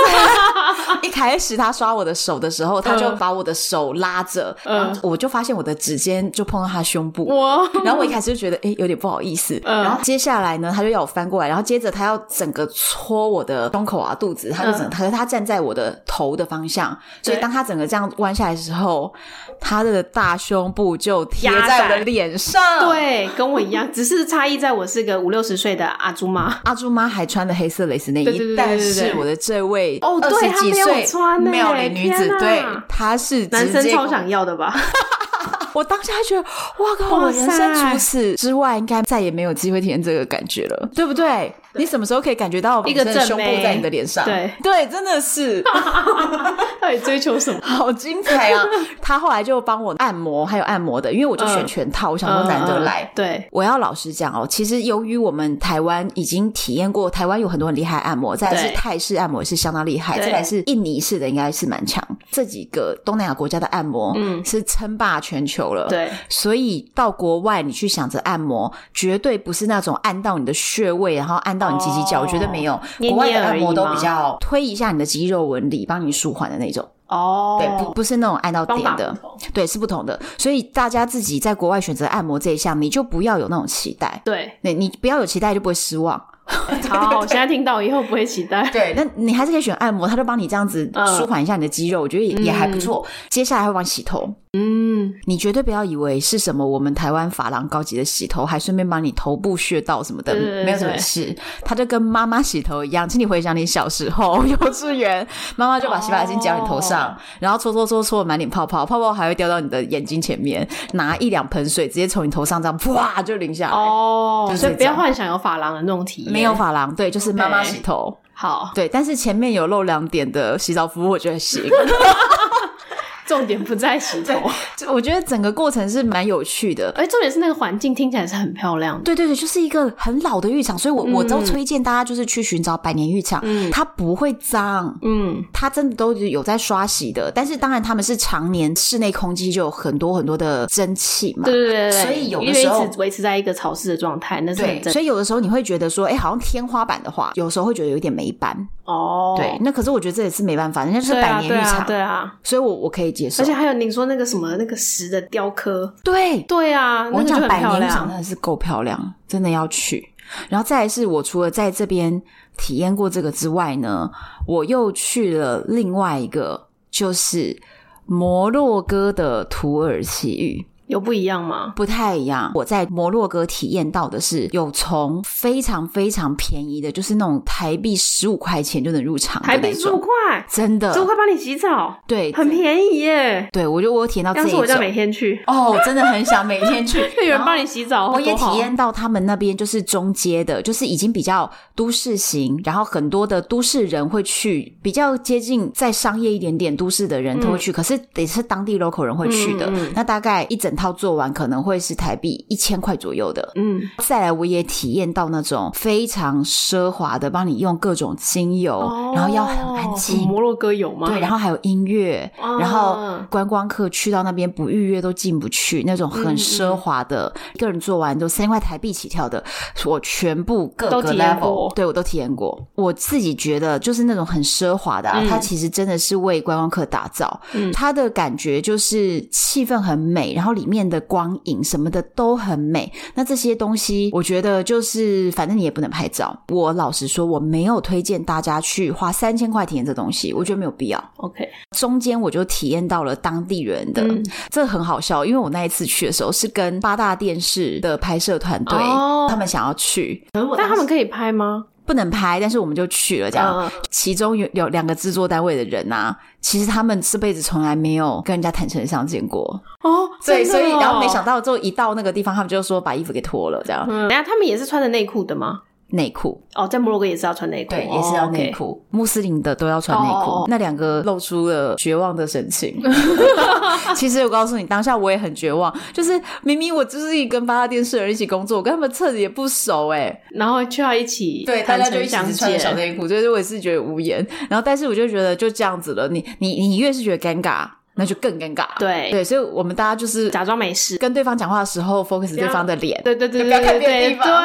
Speaker 1: 一开始他刷我的手的时候，他就
Speaker 2: 嗯
Speaker 1: 把我的手拉着，然后我就发现我的指尖就碰到他胸部。
Speaker 2: 我
Speaker 1: 然后我一开始就觉得，哎、有点不好意思。
Speaker 2: 嗯
Speaker 1: 然后接下来呢，他就要我翻过来，然后接着他要整个戳我的胸口啊、肚子，他就整个，可是他站在我的头的方向，所以
Speaker 2: 对
Speaker 1: 当他整个这样弯下来的时候，他的大胸部就贴在我的脸上。，
Speaker 2: 对，跟我一样，只是差异在我是个五六十岁的阿猪妈。
Speaker 1: 阿朱妈还穿的黑色蕾丝内衣，
Speaker 2: 对对对对
Speaker 1: 但
Speaker 2: 对对
Speaker 1: 是
Speaker 2: 对
Speaker 1: 我的这位
Speaker 2: 哦
Speaker 1: 二
Speaker 2: 对
Speaker 1: 十几
Speaker 2: 她没有
Speaker 1: 岁
Speaker 2: 穿欸
Speaker 1: 妙龄女子
Speaker 2: 天，哪
Speaker 1: 对，她是直
Speaker 2: 男生
Speaker 1: 接
Speaker 2: 超想要的吧？
Speaker 1: 我当下还觉得，哇靠！
Speaker 2: 哇
Speaker 1: 我人生
Speaker 2: 塞
Speaker 1: 除此之外，应该再也没有机会体验这个感觉了，对不对？你什么时候可以感觉到
Speaker 2: 一个
Speaker 1: 女生的
Speaker 2: 正
Speaker 1: 胸
Speaker 2: 妹
Speaker 1: 部在你的脸上？
Speaker 2: 对
Speaker 1: 对，真的 是
Speaker 2: 到底追求什么？
Speaker 1: 好精彩啊！他后来就帮我按摩，还有按摩的，因为我就选
Speaker 2: 嗯
Speaker 1: 全套，我想说难得来
Speaker 2: 嗯。对，
Speaker 1: 我要老实讲哦，其实由于我们台湾已经体验过，台湾有很多很厉害的按摩，再来
Speaker 2: 对
Speaker 1: 是泰式按摩也是相当厉害，
Speaker 2: 对
Speaker 1: 再来是印尼式的应该是蛮强，这几个东南亚国家的按摩，
Speaker 2: 嗯
Speaker 1: 是称霸全球了。
Speaker 2: 对，
Speaker 1: 所以到国外，你去想着按摩，绝对不是那种按到你的穴位，然后按到你鸡鸡角，我
Speaker 2: 哦
Speaker 1: 觉得没有。
Speaker 2: 捏捏
Speaker 1: 国外的按摩都
Speaker 2: 而已吗
Speaker 1: 比较推一下你的肌肉纹理，帮你舒缓的那种，
Speaker 2: 哦，
Speaker 1: 对，不不是那种按到
Speaker 2: 方
Speaker 1: 点
Speaker 2: 法
Speaker 1: 的
Speaker 2: 不，同
Speaker 1: 对，是不同的。所以大家自己在国外选择按摩这一项，你就不要有那种期待，
Speaker 2: 对，
Speaker 1: 对你不要有期待就不会失望。
Speaker 2: 好，我现在听到以后不会期待。
Speaker 1: 对，那你还是可以选按摩，他就帮你这样子
Speaker 2: 嗯
Speaker 1: 舒缓一下你的肌肉，我觉得也也还不
Speaker 2: 嗯
Speaker 1: 错。接下来会帮你洗头，
Speaker 2: 嗯，
Speaker 1: 你绝对不要以为是什么我们台湾发廊高级的洗头，还顺便帮你头部穴道什么的，
Speaker 2: 对对对
Speaker 1: 没有什么事。它就跟妈妈洗头一样，请你回想你小时候 幼稚园，妈妈就把洗发精浇你头上，
Speaker 2: 哦哦哦
Speaker 1: 就，是
Speaker 2: 所以不要
Speaker 1: 这样
Speaker 2: 幻想有发廊的那种体验。
Speaker 1: 没有发廊，对，就是妈妈洗头，
Speaker 2: 好，
Speaker 1: 对，但是前面有露两点的洗澡服务，我觉得 行。
Speaker 2: 重点不在洗头，
Speaker 1: 就我觉得整个过程是蛮有趣的，
Speaker 2: 而重点是那个环境听起来是很漂亮的。
Speaker 1: 对对对，就是一个很老的浴场，所以我、我都推荐大家就是去寻找百年浴场，
Speaker 2: 嗯
Speaker 1: 它不会脏。
Speaker 2: 嗯，
Speaker 1: 它真的都有在刷洗的，但是当然他们是常年室内空气就有很多很多的蒸汽嘛，
Speaker 2: 对对对对，
Speaker 1: 所以有的
Speaker 2: 因为一
Speaker 1: 时候
Speaker 2: 直维持在一个潮湿的状态，那是很
Speaker 1: 对，
Speaker 2: 正
Speaker 1: 所以有的时候你会觉得说，哎、好像天花板的话，有时候会觉得有一点没搬，
Speaker 2: 哦，
Speaker 1: 对，那可是我觉得这也是没办法，人家就是
Speaker 2: 对
Speaker 1: 百
Speaker 2: 啊
Speaker 1: 年
Speaker 2: 对
Speaker 1: 浴场，
Speaker 2: 啊对啊，
Speaker 1: 所以我我可以接受
Speaker 2: 而且，还有您说那个什么那个石的雕刻，
Speaker 1: 对，
Speaker 2: 对啊，
Speaker 1: 我
Speaker 2: 那
Speaker 1: 跟你
Speaker 2: 个就
Speaker 1: 讲，
Speaker 2: 很
Speaker 1: 百
Speaker 2: 漂
Speaker 1: 年浴场
Speaker 2: 亮
Speaker 1: 真。的是够漂亮，真的要去。然后再来是我除了在这边体验过这个之外呢，我又去了另外一个，就是摩洛哥的土耳其浴，
Speaker 2: 有不一样吗？
Speaker 1: 不太一样。我在摩洛哥体验到的是有从非常非常便宜的，就是那种台币十五块钱就能入场的
Speaker 2: 台币
Speaker 1: 那
Speaker 2: 十五
Speaker 1: 种，
Speaker 2: 块，
Speaker 1: 真的
Speaker 2: 十五块帮你洗澡，
Speaker 1: 对
Speaker 2: 很便宜耶！
Speaker 1: 对，我就我有体验到这
Speaker 2: 要
Speaker 1: 一
Speaker 2: 是我就
Speaker 1: 种
Speaker 2: 每天去，，
Speaker 1: 哦，真的很想每天去
Speaker 2: 就有人
Speaker 1: 然后
Speaker 2: 帮你洗澡，
Speaker 1: 我也
Speaker 2: 哦多好
Speaker 1: 体验到他们那边就是中阶的，就是已经比较都市型，然后很多的都市人会去，比较接近在商业一点点都市的人
Speaker 2: 嗯
Speaker 1: 他会去，可是得是当地 local 人会去的。
Speaker 2: 嗯嗯
Speaker 1: 那大概一整套做完可能会是台币一千块左右的。
Speaker 2: 嗯，
Speaker 1: 再来，我也体验到那种非常奢华的，帮你用各种精油，
Speaker 2: 哦
Speaker 1: 然后要很安静。
Speaker 2: 摩洛哥有吗？
Speaker 1: 对，然后还有音乐，
Speaker 2: 哦
Speaker 1: 然后观光客去到那边不预约都进不去，那种
Speaker 2: 嗯嗯
Speaker 1: 很奢华的，一个人做完都三块台币起跳的，我全部各
Speaker 2: 都
Speaker 1: 个
Speaker 2: 体验过
Speaker 1: level，对我都体验过。我自己觉得就是那种很奢华的、啊，
Speaker 2: 嗯
Speaker 1: 它其实真的是为观光客打造，
Speaker 2: 嗯
Speaker 1: 它的感觉就是气氛很美，然后里面的光影什么的都很美。那这些东西，我觉得就是反正你也不能拍照。我老实说，我没有推荐大家去花三千块体验这东西，我觉得没有必要。
Speaker 2: OK，
Speaker 1: 中间我就体验到了当地人的，
Speaker 2: 嗯
Speaker 1: 这很好笑，因为我那一次去的时候是跟八大电视的拍摄团队，
Speaker 2: 哦
Speaker 1: 他们想要去，
Speaker 2: 但他们可以拍吗？
Speaker 1: 不能拍，但是我们就去了这样。
Speaker 2: 嗯
Speaker 1: 其中有有两个制作单位的人啊，其实他们这辈子从来没有跟人家坦诚相见过，
Speaker 2: 哦，
Speaker 1: 对，
Speaker 2: 真
Speaker 1: 所
Speaker 2: 的
Speaker 1: 以
Speaker 2: 哦
Speaker 1: 然后没想到，就一到那个地方，他们就说把衣服给脱了，这样、
Speaker 2: 嗯，等一下他们也是穿着内裤的吗？
Speaker 1: 内裤，
Speaker 2: 哦，在摩洛哥也是要穿内裤，
Speaker 1: 对，也是要
Speaker 2: 哦
Speaker 1: 内
Speaker 2: ，OK
Speaker 1: 裤，穆斯林的都要穿内裤。
Speaker 2: 哦哦哦
Speaker 1: 那两个露出了绝望的神 情。其实我告诉你，当下我也很绝望，就是明明我就是一跟八大电视的人一起工作，我跟他们彻底也不熟哎、
Speaker 2: 然后就要一起
Speaker 1: 大家就一起
Speaker 2: 相
Speaker 1: 穿着
Speaker 2: 见，
Speaker 1: 小内裤，所以我也是觉得无言。然后，但是我就觉得就这样子了，你你你越是觉得尴尬。那就更尴尬。
Speaker 2: 对
Speaker 1: 对，所以我们大家就是
Speaker 2: 假装没事。
Speaker 1: 跟对方讲话的时候 focus 对方的脸。
Speaker 2: 对对对
Speaker 1: 就
Speaker 2: 对
Speaker 1: 不要看
Speaker 2: 对
Speaker 1: 别的
Speaker 2: 对
Speaker 1: 地方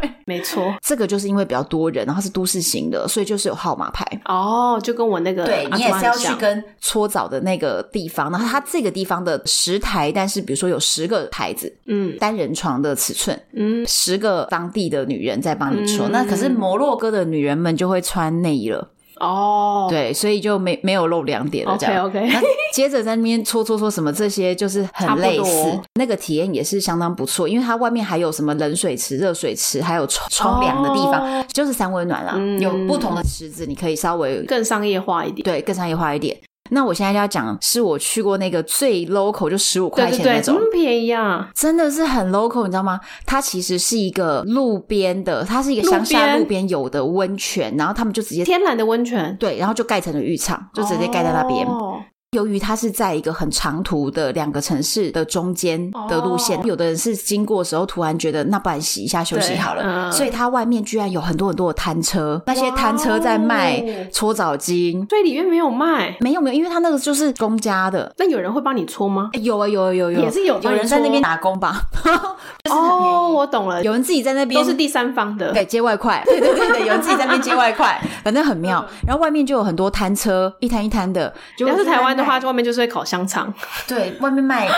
Speaker 1: 对，
Speaker 2: 没错。
Speaker 1: 这个就是因为比较多人，然后是都市型的，所以就是有号码牌。
Speaker 2: 哦，就跟我那个
Speaker 1: 对
Speaker 2: 阿
Speaker 1: 你也
Speaker 2: 公
Speaker 1: 是要
Speaker 2: 很
Speaker 1: 去
Speaker 2: 像
Speaker 1: 跟搓澡的那个地方，然后它这个地方的十台，但是比如说有十个台子，
Speaker 2: 嗯
Speaker 1: 单人床的尺寸，
Speaker 2: 嗯
Speaker 1: 十个当地的女人在帮你搓。
Speaker 2: 嗯
Speaker 1: 那可是摩洛哥的女人们就会穿内衣了，
Speaker 2: 哦，
Speaker 1: 对，所以就没没有露两点了这
Speaker 2: OK
Speaker 1: 样。
Speaker 2: OK，
Speaker 1: 那接着在那边搓搓搓什么，这些就是很
Speaker 2: 差不
Speaker 1: 类似
Speaker 2: 多，
Speaker 1: 那个体验也是相当不错，因为它外面还有什么冷水池、热水池，还有冲冲凉的地方，
Speaker 2: 哦
Speaker 1: 就是三温暖啦，
Speaker 2: 嗯
Speaker 1: 有不同的池子，你可以稍微
Speaker 2: 更商业化一点。
Speaker 1: 对更商业化一点。那我现在要讲，是我去过那个最 local 就十五块
Speaker 2: 对对
Speaker 1: 钱那
Speaker 2: 对，
Speaker 1: 种
Speaker 2: 这，么便宜啊！
Speaker 1: 真的是很 local，你知道吗？它其实是一个路边的，它是一个乡下
Speaker 2: 路边
Speaker 1: 路边有的温泉，然后他们就直接
Speaker 2: 天然的温泉，
Speaker 1: 对，然后就盖成了浴场，就直接盖在那边。
Speaker 2: 哦
Speaker 1: 由于它是在一个很长途的两个城市的中间的路线，
Speaker 2: 哦
Speaker 1: 有的人是经过的时候突然觉得那不然洗一下休息好了，
Speaker 2: 对嗯
Speaker 1: 所以它外面居然有很多很多的摊车，那些摊车在卖
Speaker 2: 哇哦
Speaker 1: 搓澡巾，
Speaker 2: 所以里面没有卖。
Speaker 1: 没有没有，因为它那个就是公家的，
Speaker 2: 那有人会帮你搓吗？
Speaker 1: 欸有啊有啊有啊有啊，
Speaker 2: 也是有
Speaker 1: 有
Speaker 2: 帮你
Speaker 1: 人在那边
Speaker 2: 搓
Speaker 1: 打工吧， 就是很便宜
Speaker 2: 哦，我懂了，
Speaker 1: 有人自己在那边
Speaker 2: 都是第三方的。
Speaker 1: 对，接外快， 对对对对，有人自己在那边接外 快，反正很妙。然后外面就有很多摊车，一摊一摊的。就
Speaker 2: 嗯要是
Speaker 1: 外面
Speaker 2: 台湾的话，
Speaker 1: 卖，
Speaker 2: 就外面就是会烤香肠。
Speaker 1: 对，外面 卖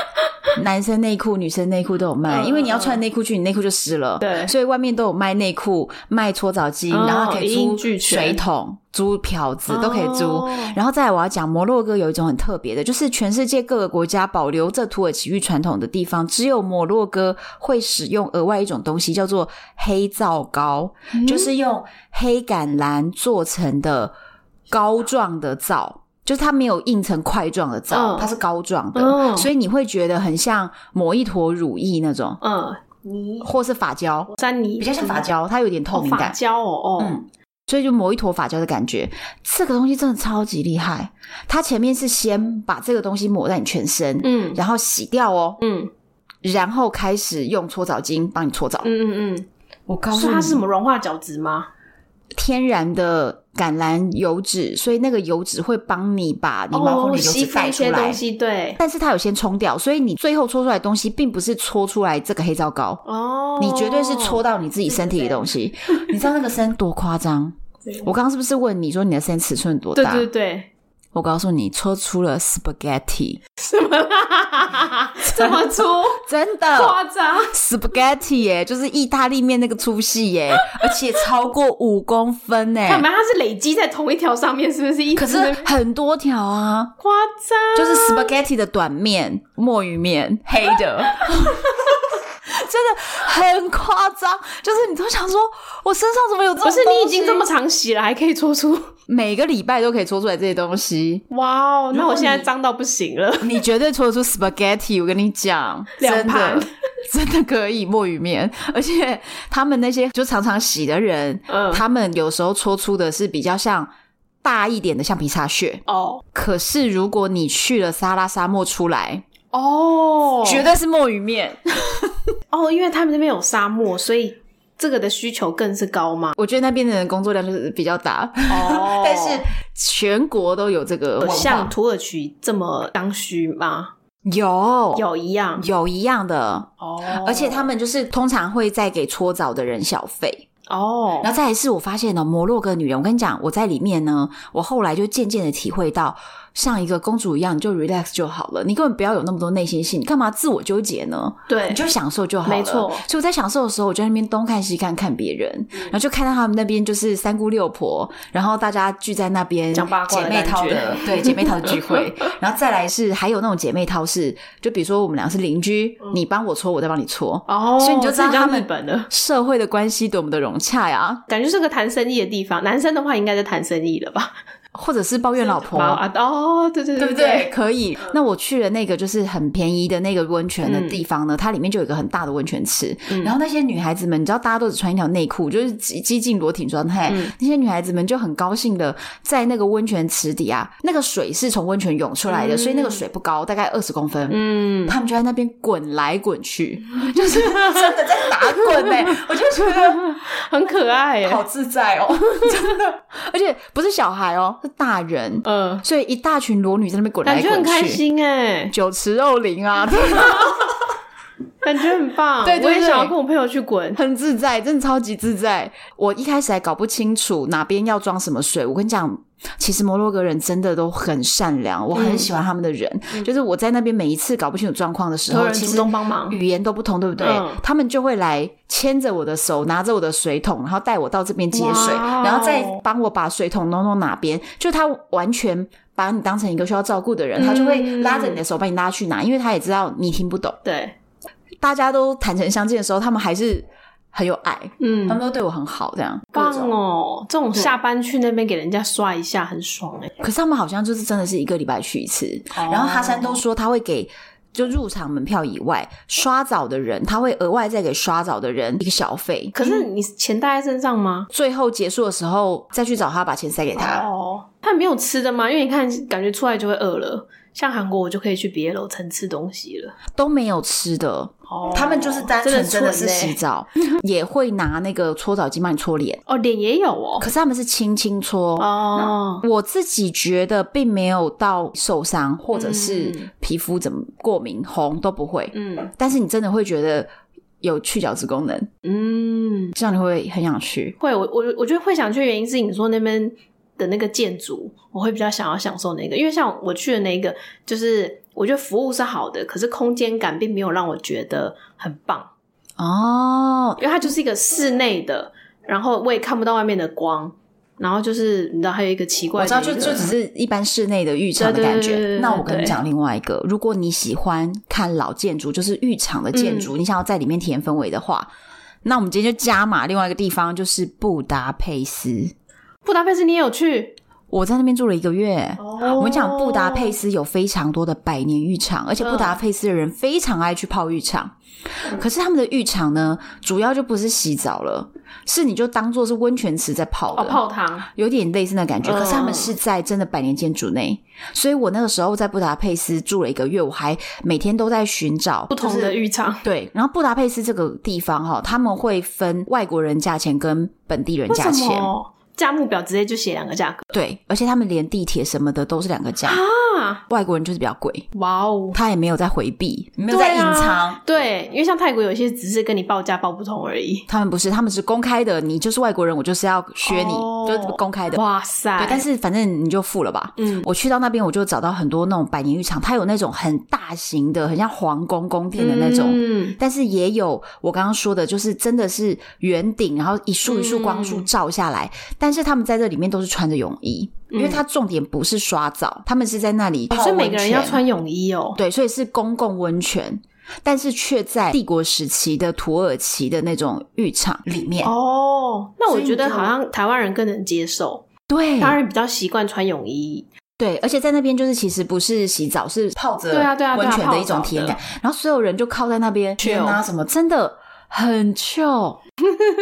Speaker 1: 男生内裤、女生内裤都有卖，
Speaker 2: 嗯
Speaker 1: 因为你要穿内裤去，你内裤就湿了。
Speaker 2: 对
Speaker 1: 所以外面都有卖内裤、卖搓澡巾，
Speaker 2: 哦
Speaker 1: 然后可以
Speaker 2: 一应
Speaker 1: 租
Speaker 2: 俱全
Speaker 1: 水桶、租瓢子都可以租
Speaker 2: 哦。
Speaker 1: 然后再来我要讲，摩洛哥有一种很特别的，就是全世界各个国家保留着土耳其浴传统的地方，只有摩洛哥会使用额外一种东西，叫做黑皂膏。
Speaker 2: 嗯
Speaker 1: 就是用黑橄榄做成的膏状的皂，就是它没有印成块状的皂，
Speaker 2: 嗯
Speaker 1: 它是膏状的，
Speaker 2: 嗯
Speaker 1: 所以你会觉得很像抹一坨乳液那种，
Speaker 2: 嗯，泥
Speaker 1: 或是发胶，
Speaker 2: 沾泥
Speaker 1: 比较像发胶，它有点透
Speaker 2: 哦，
Speaker 1: 明
Speaker 2: 发
Speaker 1: 感。
Speaker 2: 胶哦哦，
Speaker 1: 嗯所以就抹一坨发胶的感觉，这个东西真的超级厉害。它前面是先把这个东西抹在你全身，
Speaker 2: 嗯
Speaker 1: 然后洗掉哦，
Speaker 2: 嗯
Speaker 1: 然后开始用搓澡巾帮你搓澡。
Speaker 2: 嗯嗯嗯，
Speaker 1: 我告
Speaker 2: 是它是什么融化角质吗？
Speaker 1: 天然的橄榄油脂，所以那个油脂会帮你把你毛孔
Speaker 2: 哦，
Speaker 1: 里的油
Speaker 2: 吸
Speaker 1: 脂
Speaker 2: 附
Speaker 1: 带
Speaker 2: 一
Speaker 1: 出
Speaker 2: 些
Speaker 1: 来。
Speaker 2: 东西，对
Speaker 1: 但是它有先冲掉，所以你最后搓出来的东西并不是搓出来这个黑皂膏，
Speaker 2: 哦，
Speaker 1: 你绝对是搓到你自己身体里的东西。你知道那个身多夸张
Speaker 2: 对？
Speaker 1: 我刚刚是不是问你说你的身尺寸多
Speaker 2: 对
Speaker 1: 大？
Speaker 2: 对 对，
Speaker 1: 我告诉你，搓出了 spaghetti，
Speaker 2: 这么粗
Speaker 1: 真的
Speaker 2: 夸张，
Speaker 1: spaghetti 耶、就是意大利面那个粗细耶、而且超过五公分耶、
Speaker 2: 看嘛，它是累积在同一条上面，是不是？
Speaker 1: 哎
Speaker 2: 一啊
Speaker 1: 可
Speaker 2: 直
Speaker 1: 是
Speaker 2: 在
Speaker 1: 很多条啊。
Speaker 2: 夸张，
Speaker 1: 就是 spaghetti 的短面、墨鱼面，黑的， 真的很夸张。就是你都想说，我身上怎么有这种
Speaker 2: 不
Speaker 1: 东
Speaker 2: 是
Speaker 1: 西？
Speaker 2: 你已经这么常洗了，还可以搓出？
Speaker 1: 每个礼拜都可以搓出来这些东西，
Speaker 2: 哇哦，那
Speaker 1: 如果
Speaker 2: 我现在
Speaker 1: 你
Speaker 2: 脏到不行了。
Speaker 1: 你绝对搓得出 spaghetti。我跟你讲，
Speaker 2: 两
Speaker 1: 真的
Speaker 2: 盘。
Speaker 1: 真的可以墨鱼面，而且他们那些就常常洗的人，
Speaker 2: 嗯
Speaker 1: 他们有时候搓出的是比较像大一点的橡皮擦屑。
Speaker 2: 哦
Speaker 1: 可是如果你去了撒拉沙漠出来，
Speaker 2: 哦，
Speaker 1: 绝对是墨鱼面。
Speaker 2: 哦，因为他们那边有沙漠，所以这个的需求更是高嘛。
Speaker 1: 我觉得那边的人工作量就是比较大，
Speaker 2: 哦
Speaker 1: 但是全国都有这个
Speaker 2: 有
Speaker 1: 文化
Speaker 2: 像土耳其这么刚需吗？
Speaker 1: 有
Speaker 2: 有一样
Speaker 1: 有一样的，
Speaker 2: 哦，
Speaker 1: 而且他们就是通常会再给搓澡的人小费。
Speaker 2: 哦，
Speaker 1: 然后再来是我发现呢，摩洛哥女人，我跟你讲，我在里面呢，我后来就渐渐的体会到，像一个公主一样，你就 relax 就好了，你根本不要有那么多内心戏，你干嘛自我纠结呢？
Speaker 2: 对
Speaker 1: 你，就享受就好了。
Speaker 2: 没错嗯
Speaker 1: 所以我在享受的时候，我就在那边东看西看，看别人，然后就看到他们那边就是三姑六婆，然后大家聚在那边
Speaker 2: 讲八卦
Speaker 1: 姐
Speaker 2: 的
Speaker 1: 妹
Speaker 2: 感
Speaker 1: 淘
Speaker 2: 觉
Speaker 1: 的对姐妹淘的聚 会，然后再来是还有那种姐妹淘是，就比如说我们俩是邻居，
Speaker 2: 嗯
Speaker 1: 你帮我搓，我再帮你搓，
Speaker 2: 哦，
Speaker 1: 所以你就知道
Speaker 2: 这
Speaker 1: 他
Speaker 2: 叫
Speaker 1: 们
Speaker 2: 日本了。
Speaker 1: 社会的关系多么的融洽呀，
Speaker 2: 感觉是个谈生意的地方，男生的话应该是谈生意了吧？
Speaker 1: 或者是抱怨老 婆
Speaker 2: 毛啊，哦，对对
Speaker 1: 对
Speaker 2: 对
Speaker 1: 不对？
Speaker 2: 对，嗯
Speaker 1: 可以。那我去了那个就是很便宜的那个温泉的地
Speaker 2: 嗯
Speaker 1: 方呢，它里面就有一个很大的温泉池。然后那些女孩子们，你知道大家都只穿一条内裤，就是激激进裸体状态。
Speaker 2: 嗯
Speaker 1: 那些女孩子们就很高兴的在那个温泉池底啊，那个水是从温泉涌出来的，所以那个水不高，大概二十公分。
Speaker 2: 嗯，
Speaker 1: 他们就在那边滚来滚去， 就是真的在打滚 呢、我就觉得
Speaker 2: 很可爱 耶。
Speaker 1: 好自在哦，真的。而且不是小孩哦，是大人，
Speaker 2: 嗯，
Speaker 1: 所以一大群裸女在那边滚来
Speaker 2: 感
Speaker 1: 滚去，
Speaker 2: 觉很开心哎、
Speaker 1: 酒池肉林啊， 对
Speaker 2: 感觉很 棒。
Speaker 1: 对对哦
Speaker 2: 我也
Speaker 1: 对
Speaker 2: 想要跟我朋友去滚。
Speaker 1: 很自在，真的超级自在。我一开始还搞不清楚哪边要装什么水。我跟你讲，其实摩洛哥人真的都很善
Speaker 2: 嗯
Speaker 1: 良，我很喜欢他们的人。就是我在那边每一次搞不清楚状况的时
Speaker 2: 所有
Speaker 1: 候，
Speaker 2: 人
Speaker 1: 其
Speaker 2: 主
Speaker 1: 实
Speaker 2: 动帮忙
Speaker 1: 语言都不同，对不对？
Speaker 2: 嗯
Speaker 1: 他们就会来牵着我的手，拿着我的水桶，然后带我到这边接水，
Speaker 2: 哇哦
Speaker 1: 然后再帮我把水桶弄弄哪边。就他完全把你当成一个需要照顾的人，他就会
Speaker 2: 嗯
Speaker 1: 拉着你的手把你拉去哪，因为他也知道你听不懂。
Speaker 2: 对，
Speaker 1: 大家都坦诚相见的时候，他们还是很有爱，
Speaker 2: 嗯
Speaker 1: 他，们都对我很好，这样
Speaker 2: 棒
Speaker 1: 各种
Speaker 2: 哦！这种下班去那边给人家刷一下，很爽哎、
Speaker 1: 可是他们好像就是真的是一个礼拜去一次，
Speaker 2: 哦
Speaker 1: 然后哈山都说他会给。就入场门票以外，刷澡的人他会额外再给刷澡的人一个小费。
Speaker 2: 可是你钱带在身上吗？
Speaker 1: 最后结束的时候再去找他把钱塞给他。
Speaker 2: 哦，他没有吃的吗？因为你看，感觉出来就会饿了。像韩国，我就可以去别楼层吃东西了。
Speaker 1: 都没有吃的，
Speaker 2: 哦，
Speaker 1: 他们就是单纯真的是洗
Speaker 2: 蠢欸
Speaker 1: 澡，也会拿那个搓澡巾帮你搓脸，
Speaker 2: 哦，脸也有哦
Speaker 1: 可。是他们是轻轻搓。
Speaker 2: 哦，
Speaker 1: 我自己觉得并没有到受伤，或者
Speaker 2: 嗯
Speaker 1: 是皮肤怎么过敏、红都不会，
Speaker 2: 嗯
Speaker 1: 但是你真的会觉得有去角质功能，
Speaker 2: 嗯，
Speaker 1: 这样你会很想去。
Speaker 2: 会，我我我觉得会想去，原因是你说那边的那个建筑，我会比较想要享受那个，因为像我去的那个，就是我觉得服务是好的，可是空间感并没有让我觉得很棒。
Speaker 1: 哦，
Speaker 2: 因为它就是一个室内的，然后我也看不到外面的光，然后就是你知道还有一个奇怪
Speaker 1: 我
Speaker 2: 的一
Speaker 1: 知
Speaker 2: 个，
Speaker 1: 道，就就只是一般室内的浴场的感
Speaker 2: 对对对对
Speaker 1: 觉
Speaker 2: 对。
Speaker 1: 那我跟
Speaker 2: 对
Speaker 1: 你讲另外一个，如果你喜欢看老建筑，就是浴场的建
Speaker 2: 嗯
Speaker 1: 筑，你想要在里面体验氛围的话，那我们今天就加码另外一个地方，就是布达佩斯。
Speaker 2: 布达佩斯你也有去
Speaker 1: 我在那边住了一个月。
Speaker 2: 哦
Speaker 1: 啊
Speaker 2: 嗯
Speaker 1: 我们讲布达佩斯有非常多的百年浴场，而且布达佩斯的人非常爱去泡浴场。可是他们的浴场呢，主要就不是洗澡了，是你就当做是温泉池在泡的，
Speaker 2: 哦泡汤，
Speaker 1: 有点类似那感觉。
Speaker 2: 嗯
Speaker 1: 可是他们是在真的百年建筑内，所以我那个时候在布达佩斯住了一个月，我还每天都在寻找
Speaker 2: 不同的浴场，
Speaker 1: 对，然后布达佩斯这个地方哈、他们会分外国人价钱跟本地人价
Speaker 2: 为什
Speaker 1: 钱，
Speaker 2: 么价目表直接就写两个价格
Speaker 1: 对，而且他们连地铁什么的都是两个价，
Speaker 2: 啊？
Speaker 1: 外国人就是比较贵，
Speaker 2: 哇哦！
Speaker 1: 他也没有在回避，没有
Speaker 2: 啊
Speaker 1: 在隐藏。
Speaker 2: 对，因为像泰国有些只是跟你报价报不同而已。
Speaker 1: 他们不是，他们是公开的，你就是外国人，我就是要削你，
Speaker 2: 哦
Speaker 1: 就是公开的。
Speaker 2: 哇塞！
Speaker 1: 对，但是反正你就付了吧。
Speaker 2: 嗯
Speaker 1: 我去到那边，我就找到很多那种百年浴场，它有那种很大型的，很像皇宫宫殿的那种，
Speaker 2: 嗯
Speaker 1: 但是也有我刚刚说的，就是真的是圆顶，然后一束一束光束
Speaker 2: 嗯
Speaker 1: 照下来。但是他们在这里面都是穿着泳衣，因为它重点不是刷澡，他们是在那里泡温
Speaker 2: 所
Speaker 1: 泉，
Speaker 2: 以嗯每个人要穿泳衣哦。
Speaker 1: 对，所以是公共温泉。但是却在帝国时期的土耳其的那种浴场里面，
Speaker 2: 哦，那我
Speaker 1: 所以你
Speaker 2: 觉得
Speaker 1: 就
Speaker 2: 好像台湾人更能接受，
Speaker 1: 对
Speaker 2: 台湾人比较习惯穿泳衣。
Speaker 1: 对，而且在那边就是其实不是洗澡，是泡着
Speaker 2: 对啊对啊对
Speaker 1: 温
Speaker 2: 啊
Speaker 1: 泉
Speaker 2: 泡
Speaker 1: 的一种
Speaker 2: 澡
Speaker 1: 体验
Speaker 2: 的
Speaker 1: 感。然后所有人就靠在那边
Speaker 2: Chill
Speaker 1: 天啊什么，真的很 chill。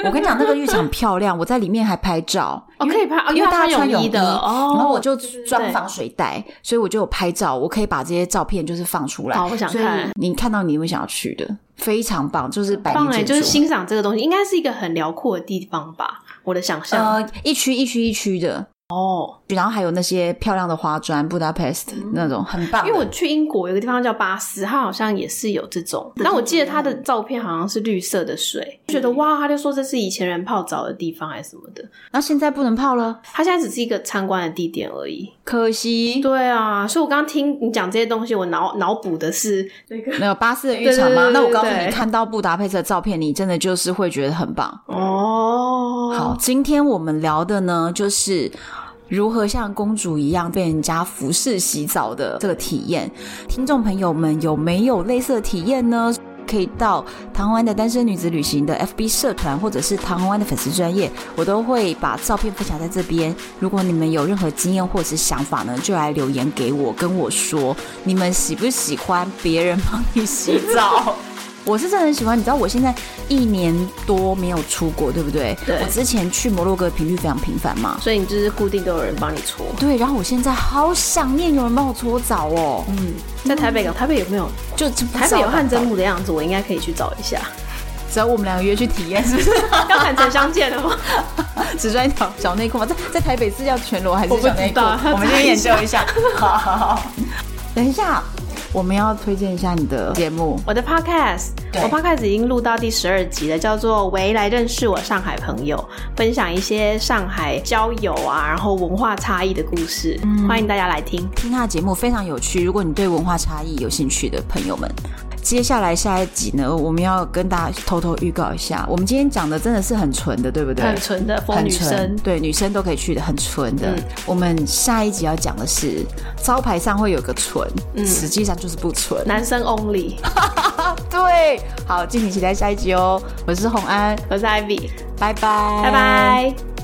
Speaker 1: 我跟你讲，那个浴场漂亮，我在里面还拍照。
Speaker 2: 哦，可以拍，哦
Speaker 1: 因为大家
Speaker 2: 要
Speaker 1: 穿
Speaker 2: 穿
Speaker 1: 泳
Speaker 2: 衣的哦。
Speaker 1: 然后我就
Speaker 2: 对对对
Speaker 1: 装防水袋，所以我就有拍照，我可以把这些照片就是放出来。
Speaker 2: 哦好我想看
Speaker 1: 所以你看到你会想要去的，非常棒，就是百
Speaker 2: 棒
Speaker 1: 年
Speaker 2: 哎、
Speaker 1: 建筑，
Speaker 2: 就是欣赏这个东西，应该是一个很辽阔的地方吧？我的想象、
Speaker 1: 呃一区一区一区的，
Speaker 2: 哦，嗯
Speaker 1: 然后还有那些漂亮的花砖，布达佩斯那种很棒的。
Speaker 2: 因为我去英国有个地方叫巴斯，它好像也是有这种，但我记得它的照片好像是绿色的水，就觉
Speaker 1: 嗯
Speaker 2: 得哇，他就说这是以前人泡澡的地方还是什么的，
Speaker 1: 那现在不能泡了，
Speaker 2: 它现在只是一个参观的地点而已。
Speaker 1: 可惜。
Speaker 2: 对啊，所以我刚刚听你讲这些东西，我脑脑补的是那个
Speaker 1: 没有巴士的浴场吗？
Speaker 2: 对对对对
Speaker 1: 那我告诉
Speaker 2: 对
Speaker 1: 你，看到布达佩斯的照片，你真的就是会觉得很棒。
Speaker 2: 哦，
Speaker 1: 嗯好，今天我们聊的呢，就是如何像公主一样被人家服侍洗澡的这个体验。听众朋友们，有没有类似的体验呢？可以到唐红安的单身女子旅行的 FB 社团，或者是唐红安的粉丝专业，我都会把照片分享在这边。如果你们有任何经验或者是想法呢，就来留言给我，跟我说你们喜不喜欢别人帮你洗 澡。我是真的很喜欢，你知道我现在一年多没有出国，对不对？
Speaker 2: 对
Speaker 1: 我之前去摩洛哥的频率非常频繁嘛，
Speaker 2: 所以你就是固定都有人帮你搓。
Speaker 1: 对，然后我现在好想念有人帮我搓澡哦，嗯
Speaker 2: 在台北港，台北有没有？
Speaker 1: 就就不知道
Speaker 2: 台北有汗蒸幕的样子，我应该可以去找一下。
Speaker 1: 只要我们两个约去体验，是不是？
Speaker 2: 要坦诚相见的话，
Speaker 1: 只穿一条小内裤吗？在在台北是要全裸还
Speaker 2: 我
Speaker 1: 是
Speaker 2: 不
Speaker 1: 小内
Speaker 2: 知
Speaker 1: 裤？
Speaker 2: 道
Speaker 1: 我们先研究一下。 好好好，等一下，我们要推荐一下你的节目。
Speaker 2: 我的 podcast，
Speaker 1: 对
Speaker 2: 我 podcast 已经录到第十二集了，叫做“围来认识我上海朋友”，分享一些上海交友啊，然后文化差异的故事，
Speaker 1: 嗯
Speaker 2: 欢迎大家来听。
Speaker 1: 听他的节目非常有趣，如果你对文化差异有兴趣的朋友们。接下来下一集呢，我们要跟大家偷偷预告一下，我们今天讲的真的是很纯的，对不对？
Speaker 2: 很纯的疯
Speaker 1: 很
Speaker 2: 女
Speaker 1: 纯
Speaker 2: 生，
Speaker 1: 对女生都可以去的，很纯的。
Speaker 2: 嗯
Speaker 1: 我们下一集要讲的是招牌上会有个纯，
Speaker 2: 嗯
Speaker 1: 实际上就是不纯。
Speaker 2: 男生 only，
Speaker 1: 对，好，敬请期待下一集哦。我是红安，
Speaker 2: 我是 Ivy，
Speaker 1: 拜拜，
Speaker 2: 拜拜。